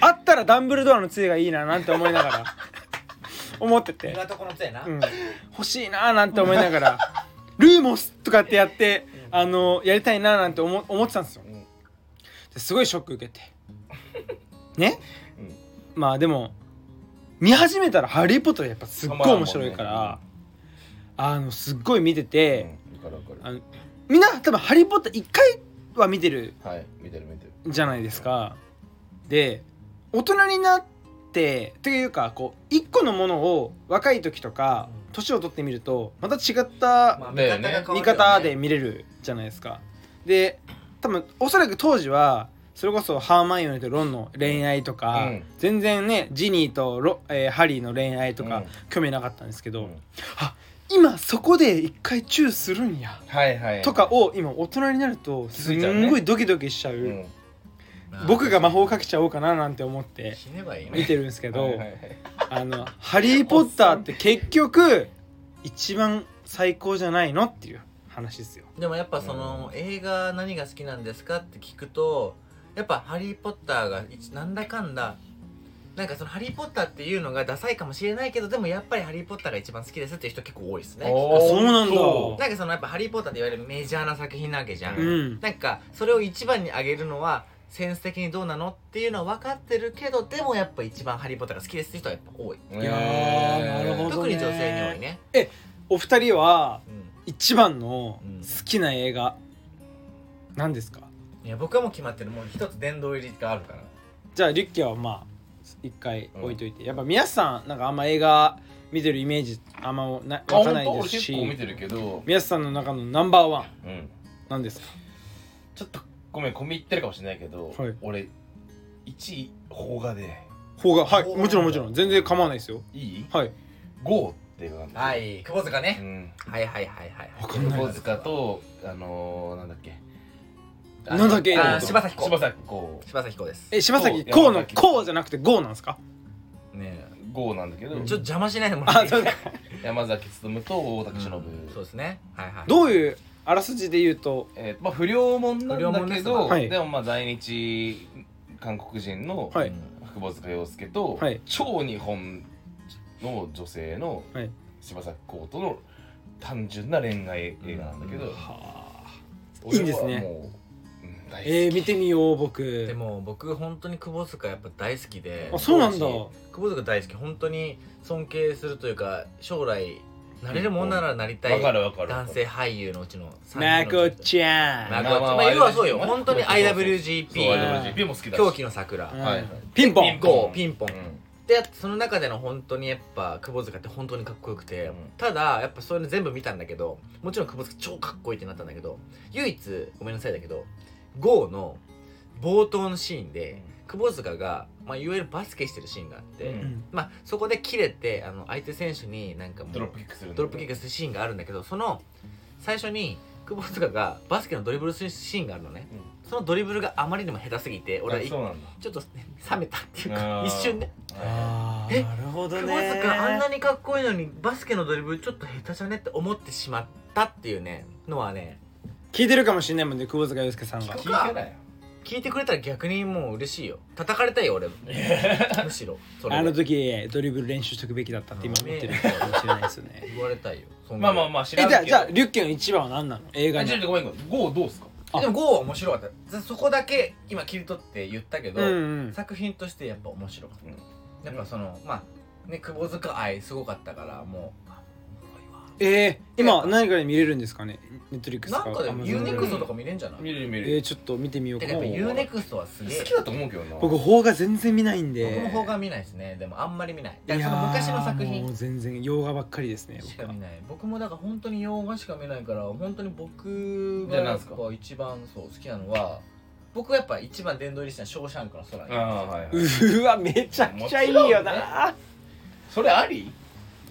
Speaker 2: あったらダンブルドアの杖がいいななんて思いながら思ってて、
Speaker 1: 港この杖な、
Speaker 2: うん、欲しいななんて思いながらルーモスとかってやってあのやりたいななんて思思ってたんですよ
Speaker 3: うん
Speaker 2: ですごいショック受けてね
Speaker 3: うん
Speaker 2: まあでも見始めたら「ハリー・ポッター」やっぱすっごい面白いからあのすっごい見て
Speaker 3: う
Speaker 2: て、
Speaker 3: んわかるわかる
Speaker 2: あのみんな多分「ハリー・ポッター」1回は見てる
Speaker 3: はい見てる見てる
Speaker 2: じゃないですか。で大人になってというかこう一個のものを若い時とか
Speaker 1: うん
Speaker 2: 年を取ってみるとまた違った
Speaker 1: まあ、見
Speaker 3: だよ
Speaker 1: 方
Speaker 3: ね
Speaker 1: が変わるよね
Speaker 2: 見方で見れるじゃないですか。で多分おそらく当時はそれこそハーマイオニーとロンの恋愛とか、
Speaker 3: うん
Speaker 2: 全然ねジニーとロ、えーハリーの恋愛とか、
Speaker 3: うん
Speaker 2: 興味なかったんですけど、
Speaker 3: うん
Speaker 2: 今そこで一回チューするんや。
Speaker 3: はいはい
Speaker 2: とかを今大人になるとす
Speaker 3: 気づいちゃうね
Speaker 2: んごいドキドキしちゃう
Speaker 3: うん
Speaker 1: まあ
Speaker 2: 僕が魔法かけちゃおうかななんて思って
Speaker 1: 死ねばいい
Speaker 2: 見
Speaker 1: ね
Speaker 2: てるんですけど
Speaker 3: はいはいはい
Speaker 2: あの「ハリー・ポッター」って結局一番最高じゃないのっていう話ですよ。
Speaker 1: でもやっぱその、映画何が好きなんですかって聞くとやっぱ「ハリー・ポッターが」一なんだかんだなんかその「ハリー・ポッター」っていうのがダサいかもしれないけどでもやっぱり「ハリー・ポッター」が一番好きですっていう人結構多いですね
Speaker 3: おー
Speaker 2: そうなんだ
Speaker 3: そ
Speaker 1: なんかそのやっぱ「ハリー・ポッター」っていわゆるメジャーな作品なわけじゃん、
Speaker 2: うん
Speaker 1: なんかそれを一番に挙げるのはセンス的にどうなのっていうのは分かってるけどでもやっぱ一番「ハリー・ポッター」が好きですって人はやっぱ多い
Speaker 3: い
Speaker 2: いやーなるほど
Speaker 1: 特に女性に多いね、
Speaker 2: お二人は
Speaker 1: うん
Speaker 2: 一番の
Speaker 1: うん
Speaker 2: 好きな映画何ですか
Speaker 1: いや僕はもう決まってるもう一つ殿堂入りがあるから
Speaker 2: じゃあリュッケはまあ一回置いといてやっぱ皆さんなんかあんま映画見てるイメージあんまな
Speaker 3: あ
Speaker 2: わか
Speaker 3: 本
Speaker 2: ない
Speaker 3: 当
Speaker 2: で
Speaker 3: 俺
Speaker 2: す
Speaker 3: 結構見
Speaker 2: して
Speaker 3: るけど
Speaker 2: 皆さんの中のナンバーワン
Speaker 3: うん
Speaker 2: 何ですか
Speaker 3: ちょっとごめん込み入ってるかもしれないけど
Speaker 2: はい
Speaker 3: 俺1位邦画で
Speaker 2: 邦画はい
Speaker 1: 邦画
Speaker 2: もちろんもちろん全然構わないですよ
Speaker 3: いい
Speaker 2: はい
Speaker 3: ゴーっていうのなんだ
Speaker 1: は
Speaker 3: け
Speaker 1: い窪塚
Speaker 3: どう
Speaker 1: ね、
Speaker 3: ん
Speaker 1: はいはいはいはい
Speaker 2: わかんない
Speaker 3: 小塚とあのーなんだっけあ
Speaker 2: なんだっけ
Speaker 3: あ
Speaker 2: あー
Speaker 1: 柴咲コウ
Speaker 3: 柴咲コウ
Speaker 1: 柴咲コウです
Speaker 2: え柴咲
Speaker 3: こう
Speaker 2: こうの
Speaker 3: 山崎
Speaker 2: こうじゃなくてゴーなんですか
Speaker 1: ねえ
Speaker 3: ゴーなんだけど
Speaker 1: ちょっと邪魔しないでもらっ
Speaker 2: あ
Speaker 1: てい
Speaker 2: そ
Speaker 1: いう
Speaker 2: だ
Speaker 3: 山崎努と大竹しのぶ
Speaker 1: そうですねはいはい
Speaker 2: どういうあらすじで言うと
Speaker 3: えーまあ不良もんな
Speaker 1: 不良も
Speaker 3: ん
Speaker 1: ん
Speaker 3: だ
Speaker 1: で
Speaker 3: け
Speaker 1: すわ
Speaker 3: ど
Speaker 2: はい
Speaker 3: でもまあ在日韓国人の
Speaker 2: は
Speaker 1: はい
Speaker 3: 久保塚洋介と
Speaker 2: はい
Speaker 3: 超日本の女性の
Speaker 2: はい
Speaker 3: 柴咲コウとの単純な恋愛映画なんだけど
Speaker 1: うん
Speaker 2: はあ
Speaker 3: 俺はい
Speaker 2: いですね
Speaker 3: もううん大好き
Speaker 2: えー見てみよう
Speaker 1: で
Speaker 2: 僕
Speaker 1: も僕本当に窪塚やっぱ大好きで
Speaker 2: あそうなんだ
Speaker 1: 当時窪塚大好き本当に尊敬するというか将来なれるもんならなりた
Speaker 3: わか
Speaker 1: い
Speaker 3: るわかる
Speaker 1: 男性俳優のうちの
Speaker 2: まこ
Speaker 1: ち
Speaker 2: ちゃん
Speaker 1: ま
Speaker 3: ま
Speaker 1: こ
Speaker 3: こ
Speaker 1: ま
Speaker 3: ま
Speaker 1: あ
Speaker 3: あ
Speaker 1: 要はそうよ
Speaker 3: まあ
Speaker 1: 本当に
Speaker 3: そうそうそうそう
Speaker 2: IWGP
Speaker 3: IWGP も好きだし
Speaker 1: 狂気の桜
Speaker 2: うん
Speaker 3: はいはい
Speaker 2: ピンポ
Speaker 1: ピ
Speaker 2: ン
Speaker 1: ンポンピンポン
Speaker 3: うん
Speaker 1: でその中での本当にやっぱ窪塚って本当にかっこよくて、
Speaker 3: うん
Speaker 1: ただやっぱそういうの全部見たんだけどもちろん窪塚超かっこいいってなったんだけど唯一ごめんなさいだけど GO の冒頭のシーンで窪塚が、まあ、いわゆるバスケしてるシーンがあって、
Speaker 3: う
Speaker 2: うんん
Speaker 1: まあ、そこで切れてあの相手選手になんかもう
Speaker 3: ドロップキックするんだけど
Speaker 1: ドロップキックするシーンがあるんだけどその最初に久保塚がバスケのドリブルするシーンがあるのね
Speaker 3: うん
Speaker 1: そのドリブルがあまりにも下手すぎて俺はい
Speaker 3: あそうなんだ
Speaker 1: ちょっと冷めたっていうか
Speaker 3: あー
Speaker 1: 一瞬ね
Speaker 2: あー
Speaker 1: え
Speaker 2: なるほど
Speaker 1: 久
Speaker 2: ね
Speaker 1: 保塚あんなにかっこいいのにバスケのドリブルちょっと下手じゃねって思ってしまったっていうねのはね
Speaker 2: 聞いてるかもしれないもんね久保塚洋介さんが
Speaker 1: 聞
Speaker 3: 聞いてないよ
Speaker 1: 聞いてくれたら逆にもう嬉しいよ叩かれたいよ
Speaker 3: <laughs>
Speaker 1: 俺むしろそれ
Speaker 2: あ
Speaker 1: で
Speaker 2: の時ドリブル練習しとくべきだったって今思ってるかもしれないですよね
Speaker 1: 言われたいよそんな
Speaker 3: まあまあまあ知
Speaker 2: え
Speaker 3: らん
Speaker 2: じ
Speaker 3: け
Speaker 2: ゃ
Speaker 3: ど
Speaker 2: あじゃあリュッケの一番は何なの映画
Speaker 3: あちょっ
Speaker 2: の
Speaker 3: とごめんごめんゴーどうっすか
Speaker 2: あ
Speaker 1: でも GO は面白かったそこだけ今切り取って言ったけど、
Speaker 2: うんうん
Speaker 1: 作品としてやっぱ面白かった、
Speaker 3: うん
Speaker 1: やっぱそのまあね窪塚愛すごかったからもうあおもろいわ
Speaker 2: ええ今何から見れるんですかねネットリックス
Speaker 1: なんかでも UNEXT と
Speaker 2: か
Speaker 1: か見れんじゃない、
Speaker 3: 見れる見
Speaker 2: え
Speaker 3: れ
Speaker 2: ー
Speaker 3: る
Speaker 2: ちょっと見てみよう
Speaker 1: て
Speaker 2: か
Speaker 1: かやっぱ UNEXT はすげえ
Speaker 3: 好きだと思うけどな
Speaker 2: 僕邦画全然見ない
Speaker 1: 僕も
Speaker 2: んで
Speaker 1: 邦画見ないですねでもあんまり見ないだ
Speaker 2: い
Speaker 1: か
Speaker 2: や
Speaker 1: らその
Speaker 2: ー
Speaker 1: 昔の作
Speaker 2: もう
Speaker 1: 品
Speaker 2: 全然洋画ばっかりですね
Speaker 1: し
Speaker 2: 僕
Speaker 1: か
Speaker 2: は
Speaker 1: 見ない僕もだから本当に洋画しか見ないから本当に僕が
Speaker 3: じゃあ
Speaker 1: や
Speaker 3: 何
Speaker 1: っ
Speaker 3: すか
Speaker 1: ぱ一番そう好きなのは僕がやっぱ一番殿堂入りしたのはショーシャンクの空に
Speaker 3: ああはい、は
Speaker 2: う
Speaker 3: い、
Speaker 2: ーわめちゃくちゃいいよ
Speaker 3: もち
Speaker 2: な
Speaker 3: それあり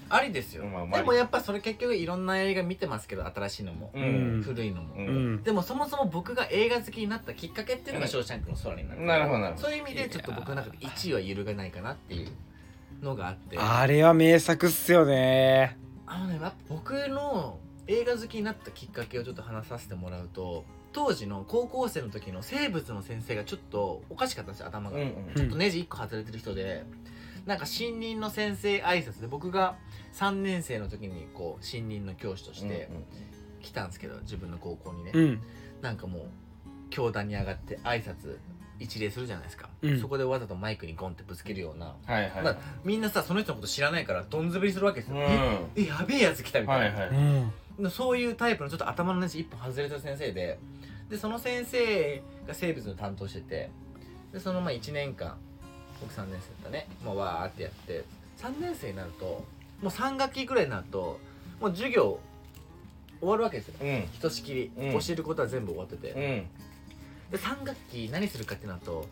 Speaker 1: ありですよ、
Speaker 3: まあまあ
Speaker 1: でもやっぱそれ結局いろんな映画見てますけど新しいのも、
Speaker 3: う
Speaker 2: うん
Speaker 3: ん
Speaker 1: 古いのも、
Speaker 3: う
Speaker 2: うん
Speaker 1: でもそもそも僕が映画好きになったきっかけっていうのが「ショーシャンクの空」になる
Speaker 3: なるほどなるほど
Speaker 1: そういう意味でちょっと僕の中で1位は揺るがないかなっていうのがあって
Speaker 2: あれは名作っすよね
Speaker 1: あのねやっぱ僕の映画好きになったきっかけをちょっと話させてもらうと当時の高校生の時の生物の先生がちょっとおかしかったんですよ頭が、
Speaker 3: うん
Speaker 2: う
Speaker 1: ちょっと
Speaker 2: ん
Speaker 1: ネジ1個外れてる人でなんか新任の先生挨拶で僕が3年生の時にこう新任の教師と
Speaker 3: う
Speaker 1: し
Speaker 3: ん
Speaker 1: て来たんですけど自分の高校にね、
Speaker 2: うん
Speaker 1: なんかもう教壇に上がって挨拶一礼するじゃないですか、
Speaker 2: うん
Speaker 1: そこでわざとマイクにゴンってぶつけるような
Speaker 3: はいはい、
Speaker 1: まあみんなさその人のこと知らないからどんずべりするわけです
Speaker 3: う
Speaker 1: よ、
Speaker 3: ん
Speaker 1: ええやべえやつ来たみたい
Speaker 3: は
Speaker 1: な、
Speaker 3: いは
Speaker 2: う
Speaker 3: い
Speaker 2: ん
Speaker 1: そういうタイプのちょっと頭のネジ一本外れた先生ででその先生が生物の担当しててでそのまあ1年間僕3年生だったねもうわーってやって3年生になるともう3学期ぐらいになるともう授業終わるわけですよ
Speaker 3: うん
Speaker 1: ひとしきり、
Speaker 3: う
Speaker 1: 教
Speaker 3: ん
Speaker 1: えることは全部終わってて、
Speaker 3: うん
Speaker 1: で3学期何するかってなると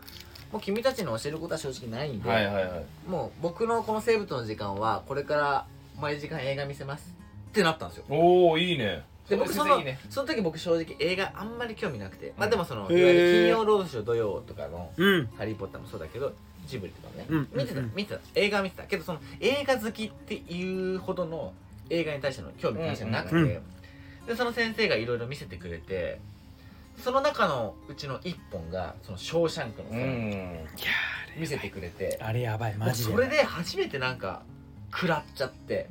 Speaker 1: もう君たちの教えることは正直ないんで、
Speaker 3: はいはいはい
Speaker 1: もう僕のこの生物の時間はこれから毎時間映画見せますってなったんですよ
Speaker 3: おおいいね
Speaker 1: で僕その
Speaker 3: いいね
Speaker 1: その時僕正直映画あんまり興味なくて、まあでもその
Speaker 2: へ
Speaker 1: い
Speaker 2: ー
Speaker 1: わゆる金曜ロードショー土曜とかの
Speaker 2: うん
Speaker 1: 「ハリー・ポッター」もそうだけどジブリとかもね、
Speaker 2: うん
Speaker 1: 見てた
Speaker 2: うん
Speaker 1: 見てた映画は見てたけどその映画好きっていうほどの映画に対しての興味関心なくて、
Speaker 2: うんう
Speaker 1: でその先生がいろいろ見せてくれてその中のうちの一本が「そのショーシャンクの
Speaker 3: う
Speaker 1: 空」
Speaker 3: ん
Speaker 1: 見せてくれて、
Speaker 2: あれやばい
Speaker 1: も
Speaker 2: マ
Speaker 1: う
Speaker 2: ジ
Speaker 1: そ
Speaker 2: で
Speaker 1: れで初めてなんか食らっちゃって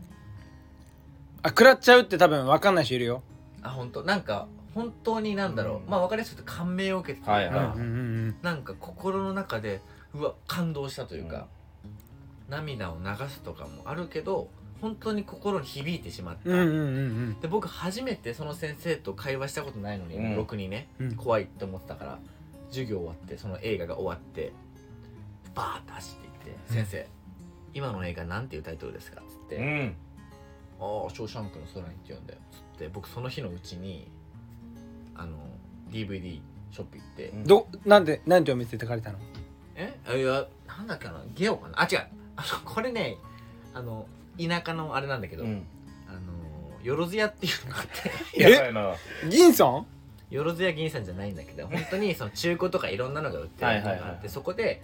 Speaker 2: あ食らっちゃうって多分分かんない人いるよ
Speaker 1: あ本当なんか本当になんだろう、
Speaker 3: うん
Speaker 1: まあ分かりやすく言うと感銘を受けてというか
Speaker 2: うん
Speaker 3: は
Speaker 2: うんう
Speaker 3: いは
Speaker 2: んうん
Speaker 1: なんか心の中でうわ感動したというか、涙を流すとかもあるけど本当に心に響いてしまった、
Speaker 2: うんうんうん
Speaker 1: で僕初めてその先生と会話したことないのに、
Speaker 3: うん
Speaker 1: ろくにね
Speaker 2: うん
Speaker 1: 怖いって思ってたから授業終わってその映画が終わってバーッと走っていって「
Speaker 2: うん
Speaker 1: 先生今の映画なんていうタイトルですか?」っつって
Speaker 3: う、ん
Speaker 1: ああ「ショーシャンクの空に」って呼んだよつって僕その日のうちにあの DVD ショップ行って
Speaker 3: うん
Speaker 2: どなんでなんてお店で書かれたの
Speaker 1: えあいやなんだっけなゲオかなあ違うあのこれねあの田舎のあれなんだけど、
Speaker 3: うん
Speaker 1: あのよろずやっていうのがあって <laughs>
Speaker 2: え
Speaker 3: やばいな
Speaker 2: 銀さん
Speaker 1: よろずや銀さんじゃないんだけど本当にその中古とかいろんなのが売ってるのがあって、
Speaker 3: はいはいはい
Speaker 1: そこで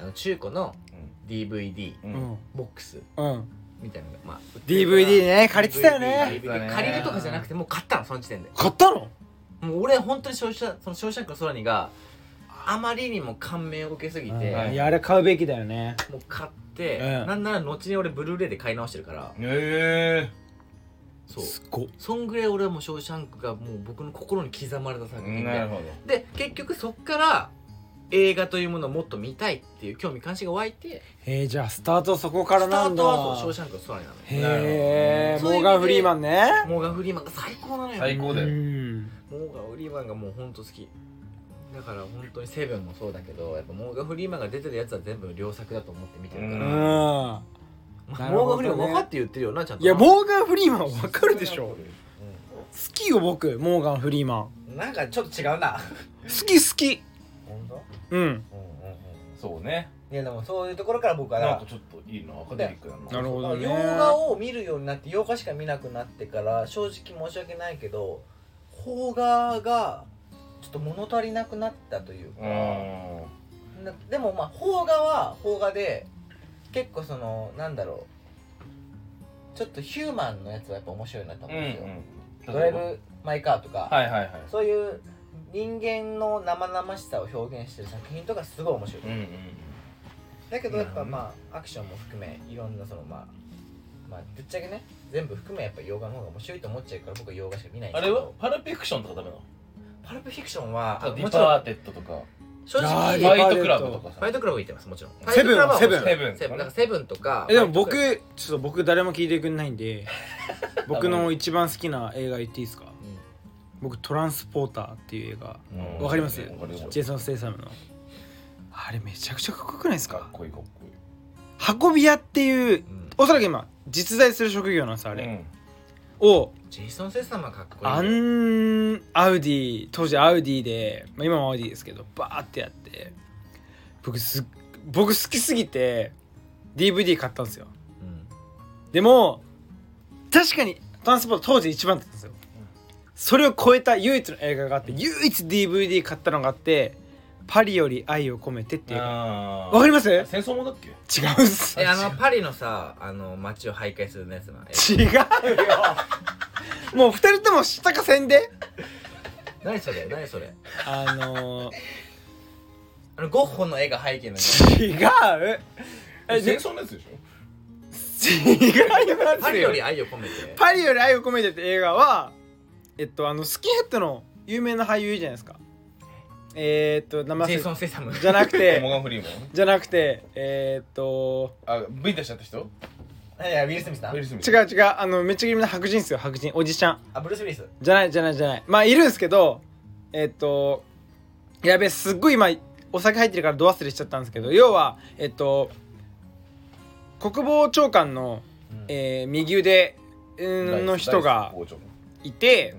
Speaker 1: あの中古の
Speaker 3: う
Speaker 1: DVD
Speaker 3: ん
Speaker 2: う
Speaker 3: うん
Speaker 2: ん
Speaker 1: ボックス
Speaker 2: うん
Speaker 1: みたいなのがまあ売ってるから
Speaker 2: DVD ね借りてたよ
Speaker 1: DVD
Speaker 2: ね
Speaker 3: 借りてたね
Speaker 1: 借りるとかじゃなくてもう買ったのその時点で
Speaker 2: 買ったの
Speaker 1: もう俺本当に消費者その消費者の空にがあまりにも感銘を受けすぎて、
Speaker 2: うんいやあれ買うべきだよね
Speaker 1: もう買って、
Speaker 2: うん
Speaker 1: なんなら後に俺ブルーレイで買い直してるから
Speaker 3: へ
Speaker 1: そう
Speaker 2: すごっ
Speaker 1: そんぐらい俺はもう「ショーシャンク」がもう僕の心に刻まれた
Speaker 3: え
Speaker 1: 作品
Speaker 3: なる
Speaker 1: で
Speaker 3: ほど
Speaker 1: で結局そっから映画というものをもっと見たいっていう興味関心が湧いて
Speaker 2: えーじゃあスタートそこからなん
Speaker 1: ス
Speaker 2: だ
Speaker 1: タートはそう「ショーシャンク」の空になのよ
Speaker 2: へえ
Speaker 1: なるほど
Speaker 2: モーガン・フリーマンね
Speaker 1: モーガン・フリーマンが最高なのよ
Speaker 3: 最高だ
Speaker 2: う
Speaker 3: よ
Speaker 2: ん
Speaker 1: モーガン・フリーマンがもうほんと好きだから本当に「セブン」もそうだけどやっぱモーガン・フリーマンが出てるやつは全部良作だと思って見てるか
Speaker 2: う
Speaker 1: ら、
Speaker 3: うん
Speaker 2: ん
Speaker 1: まあ
Speaker 2: なる
Speaker 1: モーガ
Speaker 2: ほ
Speaker 1: ン・
Speaker 2: ど
Speaker 1: フ
Speaker 2: ね
Speaker 1: リーマン分かって言ってるよなちゃんと
Speaker 2: いやモーガン・フリーマンわかるでしょ好
Speaker 1: う
Speaker 2: きよ僕モーガン・フリーマン
Speaker 1: んなんかちょっと違うな
Speaker 2: 好き好き
Speaker 1: 本当
Speaker 2: うん
Speaker 1: うんうんうん
Speaker 3: そうね
Speaker 1: いやでもそういうところから僕は
Speaker 3: なん
Speaker 1: な
Speaker 3: かちょっといいなアカデミックだ
Speaker 2: な
Speaker 3: な
Speaker 2: るほどね
Speaker 1: 洋画を見るようになって洋画しか見なくなってから正直申し訳ないけど邦画がちょっと物足りなくなったというか、
Speaker 3: うん
Speaker 1: なでもまあ邦画は邦画で結構そのなんだろうちょっとヒューマンのやつはやっぱ面白いなと思うんですよ、ドライブ・マイ・カーとか、
Speaker 3: はいはいはい
Speaker 1: そういう人間の生々しさを表現してる作品とかすごい面白い、
Speaker 3: うんうん
Speaker 1: だけどやっぱまあアクションも含めいろんなそのまあまあぶっちゃけね全部含めやっぱ洋画の方が面白いと思っちゃうから僕は洋画しか見ないんで
Speaker 3: あ
Speaker 1: す
Speaker 3: れ
Speaker 1: けど
Speaker 3: はパルプフィクションとかダメなの
Speaker 1: パルプフィクションはあ
Speaker 3: ディ
Speaker 1: もちろん
Speaker 3: パーテッドとか
Speaker 1: 正
Speaker 2: や
Speaker 1: 直
Speaker 2: ー
Speaker 1: フ
Speaker 3: ファイトクラブとか
Speaker 1: ァ
Speaker 3: さ
Speaker 1: イトクラブ行ってますもちろん
Speaker 2: セブンは
Speaker 1: ファイトクラブ
Speaker 3: セ
Speaker 1: 面白い
Speaker 3: ブン
Speaker 1: セブンなんかセブンとか
Speaker 2: えでも
Speaker 1: ファイトクラ
Speaker 2: 僕ちょっと僕誰も聞いてくれないんで僕の一番好きな映画言っていいですか
Speaker 1: ブうん
Speaker 2: 僕「トランスポーター」っていう映画
Speaker 3: うん
Speaker 2: わかります
Speaker 3: わかるよ
Speaker 2: ジェイソン・ステイサムのあれめちゃくちゃかっこよくないです
Speaker 3: か
Speaker 2: か
Speaker 3: っこいいかっこ
Speaker 2: 運び屋っていう
Speaker 1: うん
Speaker 2: おそらく今実在する職業なんですあ
Speaker 3: いい
Speaker 2: れ、
Speaker 3: うん
Speaker 2: を
Speaker 1: ジェイソン・セス様かっこいい
Speaker 2: あんアウディ当時アウディで、まあ、今もアウディですけどバーってやって僕すっ僕好きすぎて DVD 買ったんですよ
Speaker 1: うん
Speaker 2: でも確かにトランスポート当時一番だったんですよそれを超えた唯一の映画があって唯一 DVD 買ったのがあって「パリより愛を込めて」っていう
Speaker 3: わ
Speaker 2: わかります違
Speaker 3: 戦争もんだっ
Speaker 1: <laughs>
Speaker 3: け
Speaker 2: うっす
Speaker 1: えあのパリのさあの街を徘徊するやつなえ
Speaker 2: 違うよもう二人とも知ったかせんで
Speaker 1: 何それ何それ
Speaker 2: あの
Speaker 1: あのゴッホの絵が背景の
Speaker 2: ー、違うえ
Speaker 3: 戦
Speaker 2: で
Speaker 3: 争のやつでしょ
Speaker 2: 違うよ
Speaker 1: <laughs> パリより愛を込めて
Speaker 2: パリより愛を込めてって映画はえっとあのスキンヘッドの有名な俳優いるじゃないですかえー、っと名
Speaker 1: ジェ
Speaker 2: 前
Speaker 1: イソ
Speaker 2: 忘
Speaker 1: ン・
Speaker 2: れ
Speaker 1: セス様
Speaker 2: じゃなく
Speaker 3: モ
Speaker 2: て
Speaker 3: ガン・フリーマン
Speaker 2: じゃなくてえー、っと
Speaker 3: あ V 出しちゃった人ウ
Speaker 1: <laughs> いやウィル・スミスだ
Speaker 3: ィル・スミス
Speaker 2: 違う違うあのめっちゃ有名な白人ですよ白人おじちゃん
Speaker 1: あブルース・ウィリス
Speaker 2: じゃないじゃないじゃないまあいるんですけどえっとやべえすっごい今お酒入ってるからど忘れしちゃったんですけど要はえっと国防長官の、えー右腕うーんの人が
Speaker 3: 大丈夫
Speaker 2: いて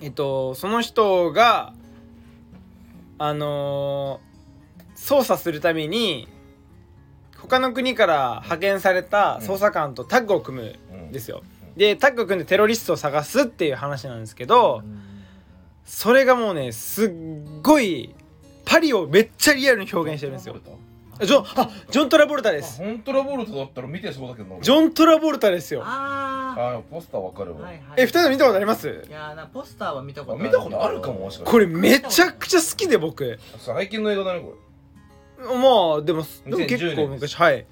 Speaker 2: えっとその人があのー捜査するために他の国から派遣された捜査官とタッグを組む
Speaker 3: うん
Speaker 2: ですよでタッグ組んでテロリストを探すっていう話なんですけどそれがもうねすっごいパリをめっちゃリアルに表現してるんですよあジョンあジョン・トラボルタで
Speaker 3: あ
Speaker 2: す
Speaker 3: ホントラボルトだったら見てそうだけどな
Speaker 2: ジョン・トラボルタですよ
Speaker 1: あ
Speaker 3: あポスターわかる
Speaker 1: あは
Speaker 3: わ
Speaker 1: いはい
Speaker 2: え二人見たことあります
Speaker 1: いやーなポスターは見たこと
Speaker 3: あ見たことあるかももしかして
Speaker 2: これめちゃくちゃ好きで僕
Speaker 3: 最近の映画だねこ
Speaker 2: まあでもでも結
Speaker 3: 2010
Speaker 2: 構
Speaker 3: 年で
Speaker 2: 昔
Speaker 3: す
Speaker 2: はい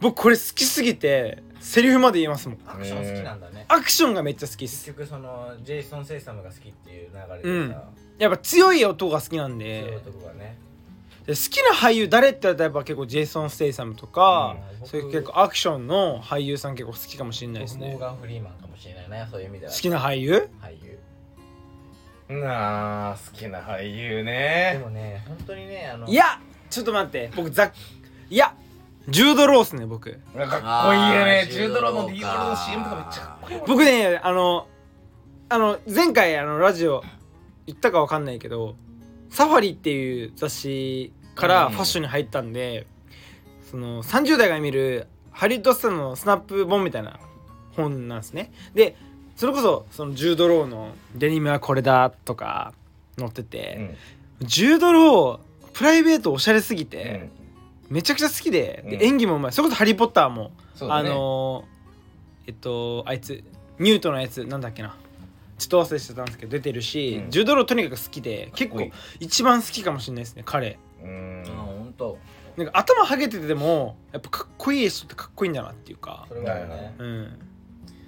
Speaker 2: 僕これ好きすぎてセリフまで言いますもん
Speaker 1: アクション好きなんだね
Speaker 2: アクションがめっちゃ好きっ
Speaker 1: 結
Speaker 2: す
Speaker 1: 局そのジェイソン・セイサムが好きっていう流れでさ、
Speaker 2: やっぱ強い男が好きなん
Speaker 1: そうい
Speaker 2: で
Speaker 1: うとこがね
Speaker 2: で好きな俳優誰って言ったらやっぱ結構ジェイソン・ステイサムとか、
Speaker 1: うん
Speaker 2: そういう結構アクションの俳優さん結構好きかもしれないです
Speaker 1: 僕モー
Speaker 2: ね
Speaker 1: ガン・フリーマンかもしれないねそういう意味で
Speaker 2: 好
Speaker 1: は
Speaker 2: きな俳優
Speaker 1: 俳優
Speaker 3: れなあ好きな俳優
Speaker 1: で
Speaker 3: ね
Speaker 1: もね本当にねあの
Speaker 2: いやちょっと待って僕ザッいやジュード・ロースね僕
Speaker 3: かっこいいよ
Speaker 1: あ
Speaker 3: ね
Speaker 1: ー
Speaker 3: 中ドラのディ
Speaker 1: ジュー
Speaker 3: ール
Speaker 1: ドローか
Speaker 3: の CM とかめっちゃかっこいい
Speaker 2: 僕ねあのあの前回あのラジオ行ったかわかんないけど「サファリ」っていう雑誌から
Speaker 3: うん
Speaker 2: ファッションに入ったんで、その30代が見るハリウッドスターのスナップ本みたいな本なんですねでそれこそそのジュード・ローの「デニムはこれだ」とか載って
Speaker 3: う
Speaker 2: て、
Speaker 3: ん
Speaker 2: ジュード・ロープライベートおしゃれすぎ
Speaker 3: う
Speaker 2: て、
Speaker 3: ん
Speaker 2: めちゃくちゃ好きで
Speaker 3: うん
Speaker 2: で演技もうまいそれこそ「ハリー・ポッターも」
Speaker 3: そう
Speaker 2: あ
Speaker 3: だね
Speaker 2: のーえっとあいつニュートのやつなんだっけなちょっと忘れしてたんですけど出てるし、
Speaker 3: うん
Speaker 2: ジュドローとにかく好きで結
Speaker 3: かっ
Speaker 2: 構
Speaker 3: こ
Speaker 2: 一番好きかもしれないですね彼
Speaker 3: うん
Speaker 1: うん本当
Speaker 2: なんか頭はげててでもやっぱかっこいい人ってかっこいいんだなっていうか
Speaker 1: それはある
Speaker 3: はいはい
Speaker 1: ね
Speaker 2: うん、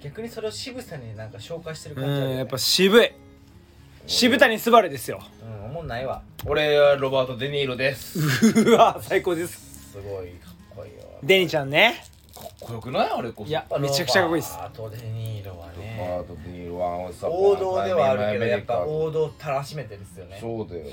Speaker 1: 逆にそれを渋さになんか紹介してる
Speaker 2: う
Speaker 1: 感じあるよね
Speaker 2: ん、やっぱ渋い渋谷昴ですよ
Speaker 1: うん思んないわ
Speaker 3: 俺はロバート・デ・ニーロです
Speaker 2: うわ最高です
Speaker 1: すごいかっこいいよ
Speaker 2: デニちゃんね
Speaker 3: かっこよくないあれこそ
Speaker 2: いやめちゃくちゃかっこいいっす
Speaker 1: あとデニーロは
Speaker 3: ロ
Speaker 1: ね
Speaker 3: バート・デ・ニーロは
Speaker 1: 王道ではあるけどやっぱ王道たらしめてですよね
Speaker 3: そうだよ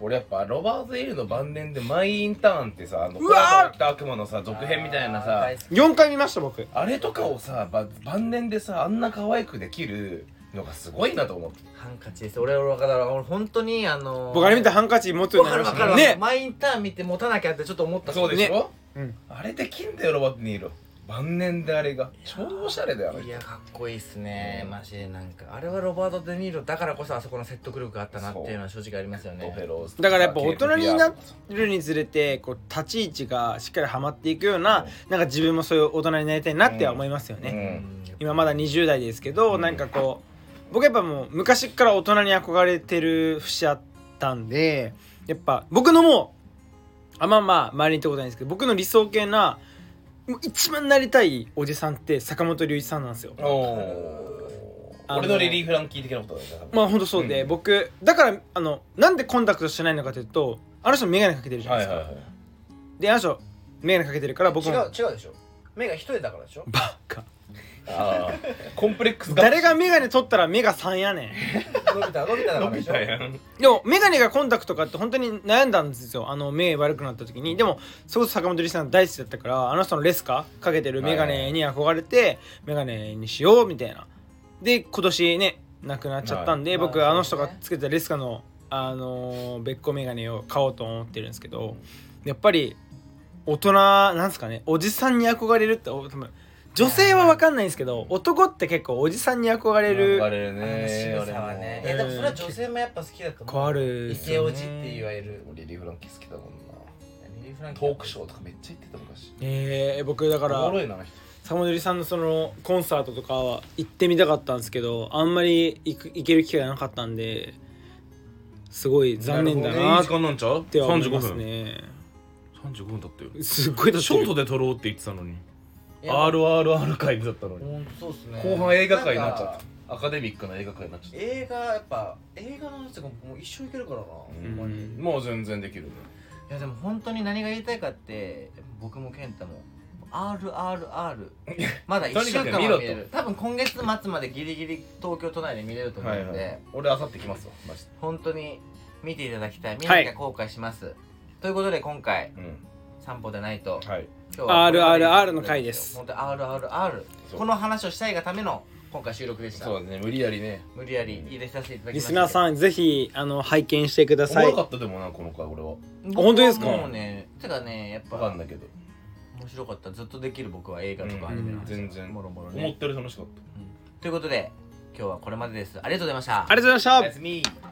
Speaker 3: 俺やっぱロバート・エルの晩年で「マイ・インターン」ってさあの
Speaker 2: うわー
Speaker 3: 来た悪魔のさ続編みたいなさ
Speaker 1: あー大好き
Speaker 2: 4回見ました僕
Speaker 3: あれとかをさば晩年でさあんな可愛くできるのがすごいなと思って
Speaker 1: ハンカチです俺俺だから俺本当にあのー
Speaker 2: 僕あれ見てハンカチ持つよう
Speaker 1: わ
Speaker 2: に
Speaker 1: か
Speaker 2: なり
Speaker 1: るわか
Speaker 2: ました
Speaker 1: る
Speaker 2: もんね
Speaker 1: マインターン見て持たなきゃってちょっと思った
Speaker 3: そうでしょ、
Speaker 2: うん
Speaker 3: あれできんだよロバート・ニーロ晩年であれが超おしゃれだよあれ
Speaker 1: いやかっこいいっすねマジでなんかあれはロバート・デ・ニーロだからこそあそこの説得力があったなっていうのは正直ありますよ
Speaker 3: オフェ
Speaker 1: ね
Speaker 3: ローズ
Speaker 2: だからやっぱ大人にな
Speaker 3: っ
Speaker 2: るにつれてこう立ち位置がしっかりはまっていくようななんか自分もそういう大人になりたいなっては思いますよね、
Speaker 3: うん
Speaker 2: 今まだ20代ですけど、
Speaker 3: うん
Speaker 2: なんかこう僕やっぱもう昔から大人に憧れてる節あったんでやっぱ僕のもうあまあまあ周りに言ったことないんですけど僕の理想系なもう一番なりたいおじさんって坂本龍一さんなんですよ。
Speaker 3: おおー俺のリリー・フランキー的なことだよね多分
Speaker 2: まあ本当そうで、
Speaker 3: うん
Speaker 2: 僕だからあのなんでコンタクトしてないのかというとあの人も眼鏡かけてるじゃない
Speaker 3: は
Speaker 2: で
Speaker 3: い
Speaker 2: すか、
Speaker 3: はいはい
Speaker 2: であの人眼鏡かけてるから僕
Speaker 1: 違
Speaker 2: も
Speaker 1: う違うでしょ目が一人だからで <laughs> しょ
Speaker 2: バカ
Speaker 3: あーコンプレックス
Speaker 2: 誰が眼鏡取ったら目が3やねん
Speaker 1: 伸びた伸びただか
Speaker 3: 伸
Speaker 1: らで
Speaker 3: び
Speaker 1: しょ
Speaker 3: たやん
Speaker 2: でも眼鏡がコンタクトかって本当に悩んだんですよあの目悪くなった時にでもそれこそ坂本龍一さん大好きだったからあの人のレスカかけてる眼鏡に憧れて眼鏡にしようみたいなで今年ね亡くなっちゃったんで、
Speaker 1: はい
Speaker 2: 僕
Speaker 1: まあ
Speaker 2: あの人
Speaker 1: そう
Speaker 2: が
Speaker 1: ね
Speaker 2: つけてたレスカの、あのー、べっこ眼鏡を買おうと思ってるんですけどやっぱり大人なんですかねおじさんに憧れるってお多分女性は分かんないんですけど男って結構おじさんに憧れる
Speaker 3: 憧れるね
Speaker 1: あの仕草はねい
Speaker 3: 俺
Speaker 1: やで
Speaker 3: も
Speaker 1: もそれは女性もやっぱ好きだと思う
Speaker 2: 変わる
Speaker 1: イケオジって言われる
Speaker 3: 俺リリー・フランキー好きだもんな
Speaker 1: リリー・フランキ
Speaker 3: トークシ
Speaker 1: ー
Speaker 3: ョーとかめっちゃ行ってた昔
Speaker 2: えー、僕だか
Speaker 3: お
Speaker 2: ら
Speaker 3: もろいなあの人
Speaker 2: サモドリさんのそのコンサートとかは行ってみたかったんですけどあんまり行く行ける機会がなかったんですごい残念だな
Speaker 3: る
Speaker 2: っ
Speaker 3: ほどねいい時間なんちゃう
Speaker 2: ては思い
Speaker 3: 35
Speaker 2: ます
Speaker 3: 分
Speaker 2: ね
Speaker 3: 35分だったよ
Speaker 2: すっごい
Speaker 3: ショート
Speaker 2: で
Speaker 3: で撮ろうって言ってたのに
Speaker 1: いや
Speaker 3: RRR 会だったのに
Speaker 1: ほんとそうっすね
Speaker 3: 後半映画会になっちゃ
Speaker 1: ん
Speaker 3: っ
Speaker 1: か
Speaker 3: たアカデミックな映画会になっちゃっ
Speaker 1: 映画やっぱ映画のやつがもう一生いけるからな、
Speaker 3: うん
Speaker 1: ほんまにい
Speaker 3: たもう全然できるね
Speaker 1: やでも本当に何が言いたいかって僕も健
Speaker 3: <laughs>
Speaker 1: 太も RRR まだ1週間は見
Speaker 3: とにかく見ろと
Speaker 1: れる多分今月末までギリギリ東京都内で見れると思うんで、
Speaker 3: 俺あさって来ますわマジで
Speaker 1: 本当に見ていただきたい見なきゃ後悔します、ということで今回
Speaker 3: うん
Speaker 1: 散歩でないと
Speaker 3: はい
Speaker 1: 今日は
Speaker 2: RRR の回です
Speaker 1: 本当に RRR
Speaker 3: そう
Speaker 1: この話をしたいがための今回収録でした
Speaker 3: そうだね無理やりね
Speaker 1: 無理やり入れさせていただきま
Speaker 2: リ
Speaker 1: した
Speaker 2: スナーさんぜひあの拝見してくだ
Speaker 3: お
Speaker 2: さ
Speaker 3: も
Speaker 2: い
Speaker 3: ろかったでもなこの回俺は
Speaker 1: ん
Speaker 2: 本当ですか
Speaker 1: もうねてかねやっ
Speaker 3: 分か
Speaker 1: ぱ
Speaker 3: んないけど
Speaker 1: 面白かったずっとできる僕は映画とかアニメの話
Speaker 3: うん全然
Speaker 1: もろもろ
Speaker 3: 思っ
Speaker 1: ね
Speaker 3: たより楽しかっ
Speaker 1: ということで今日はこれまでですありがとうございました
Speaker 2: ありがとうございました
Speaker 3: た That's me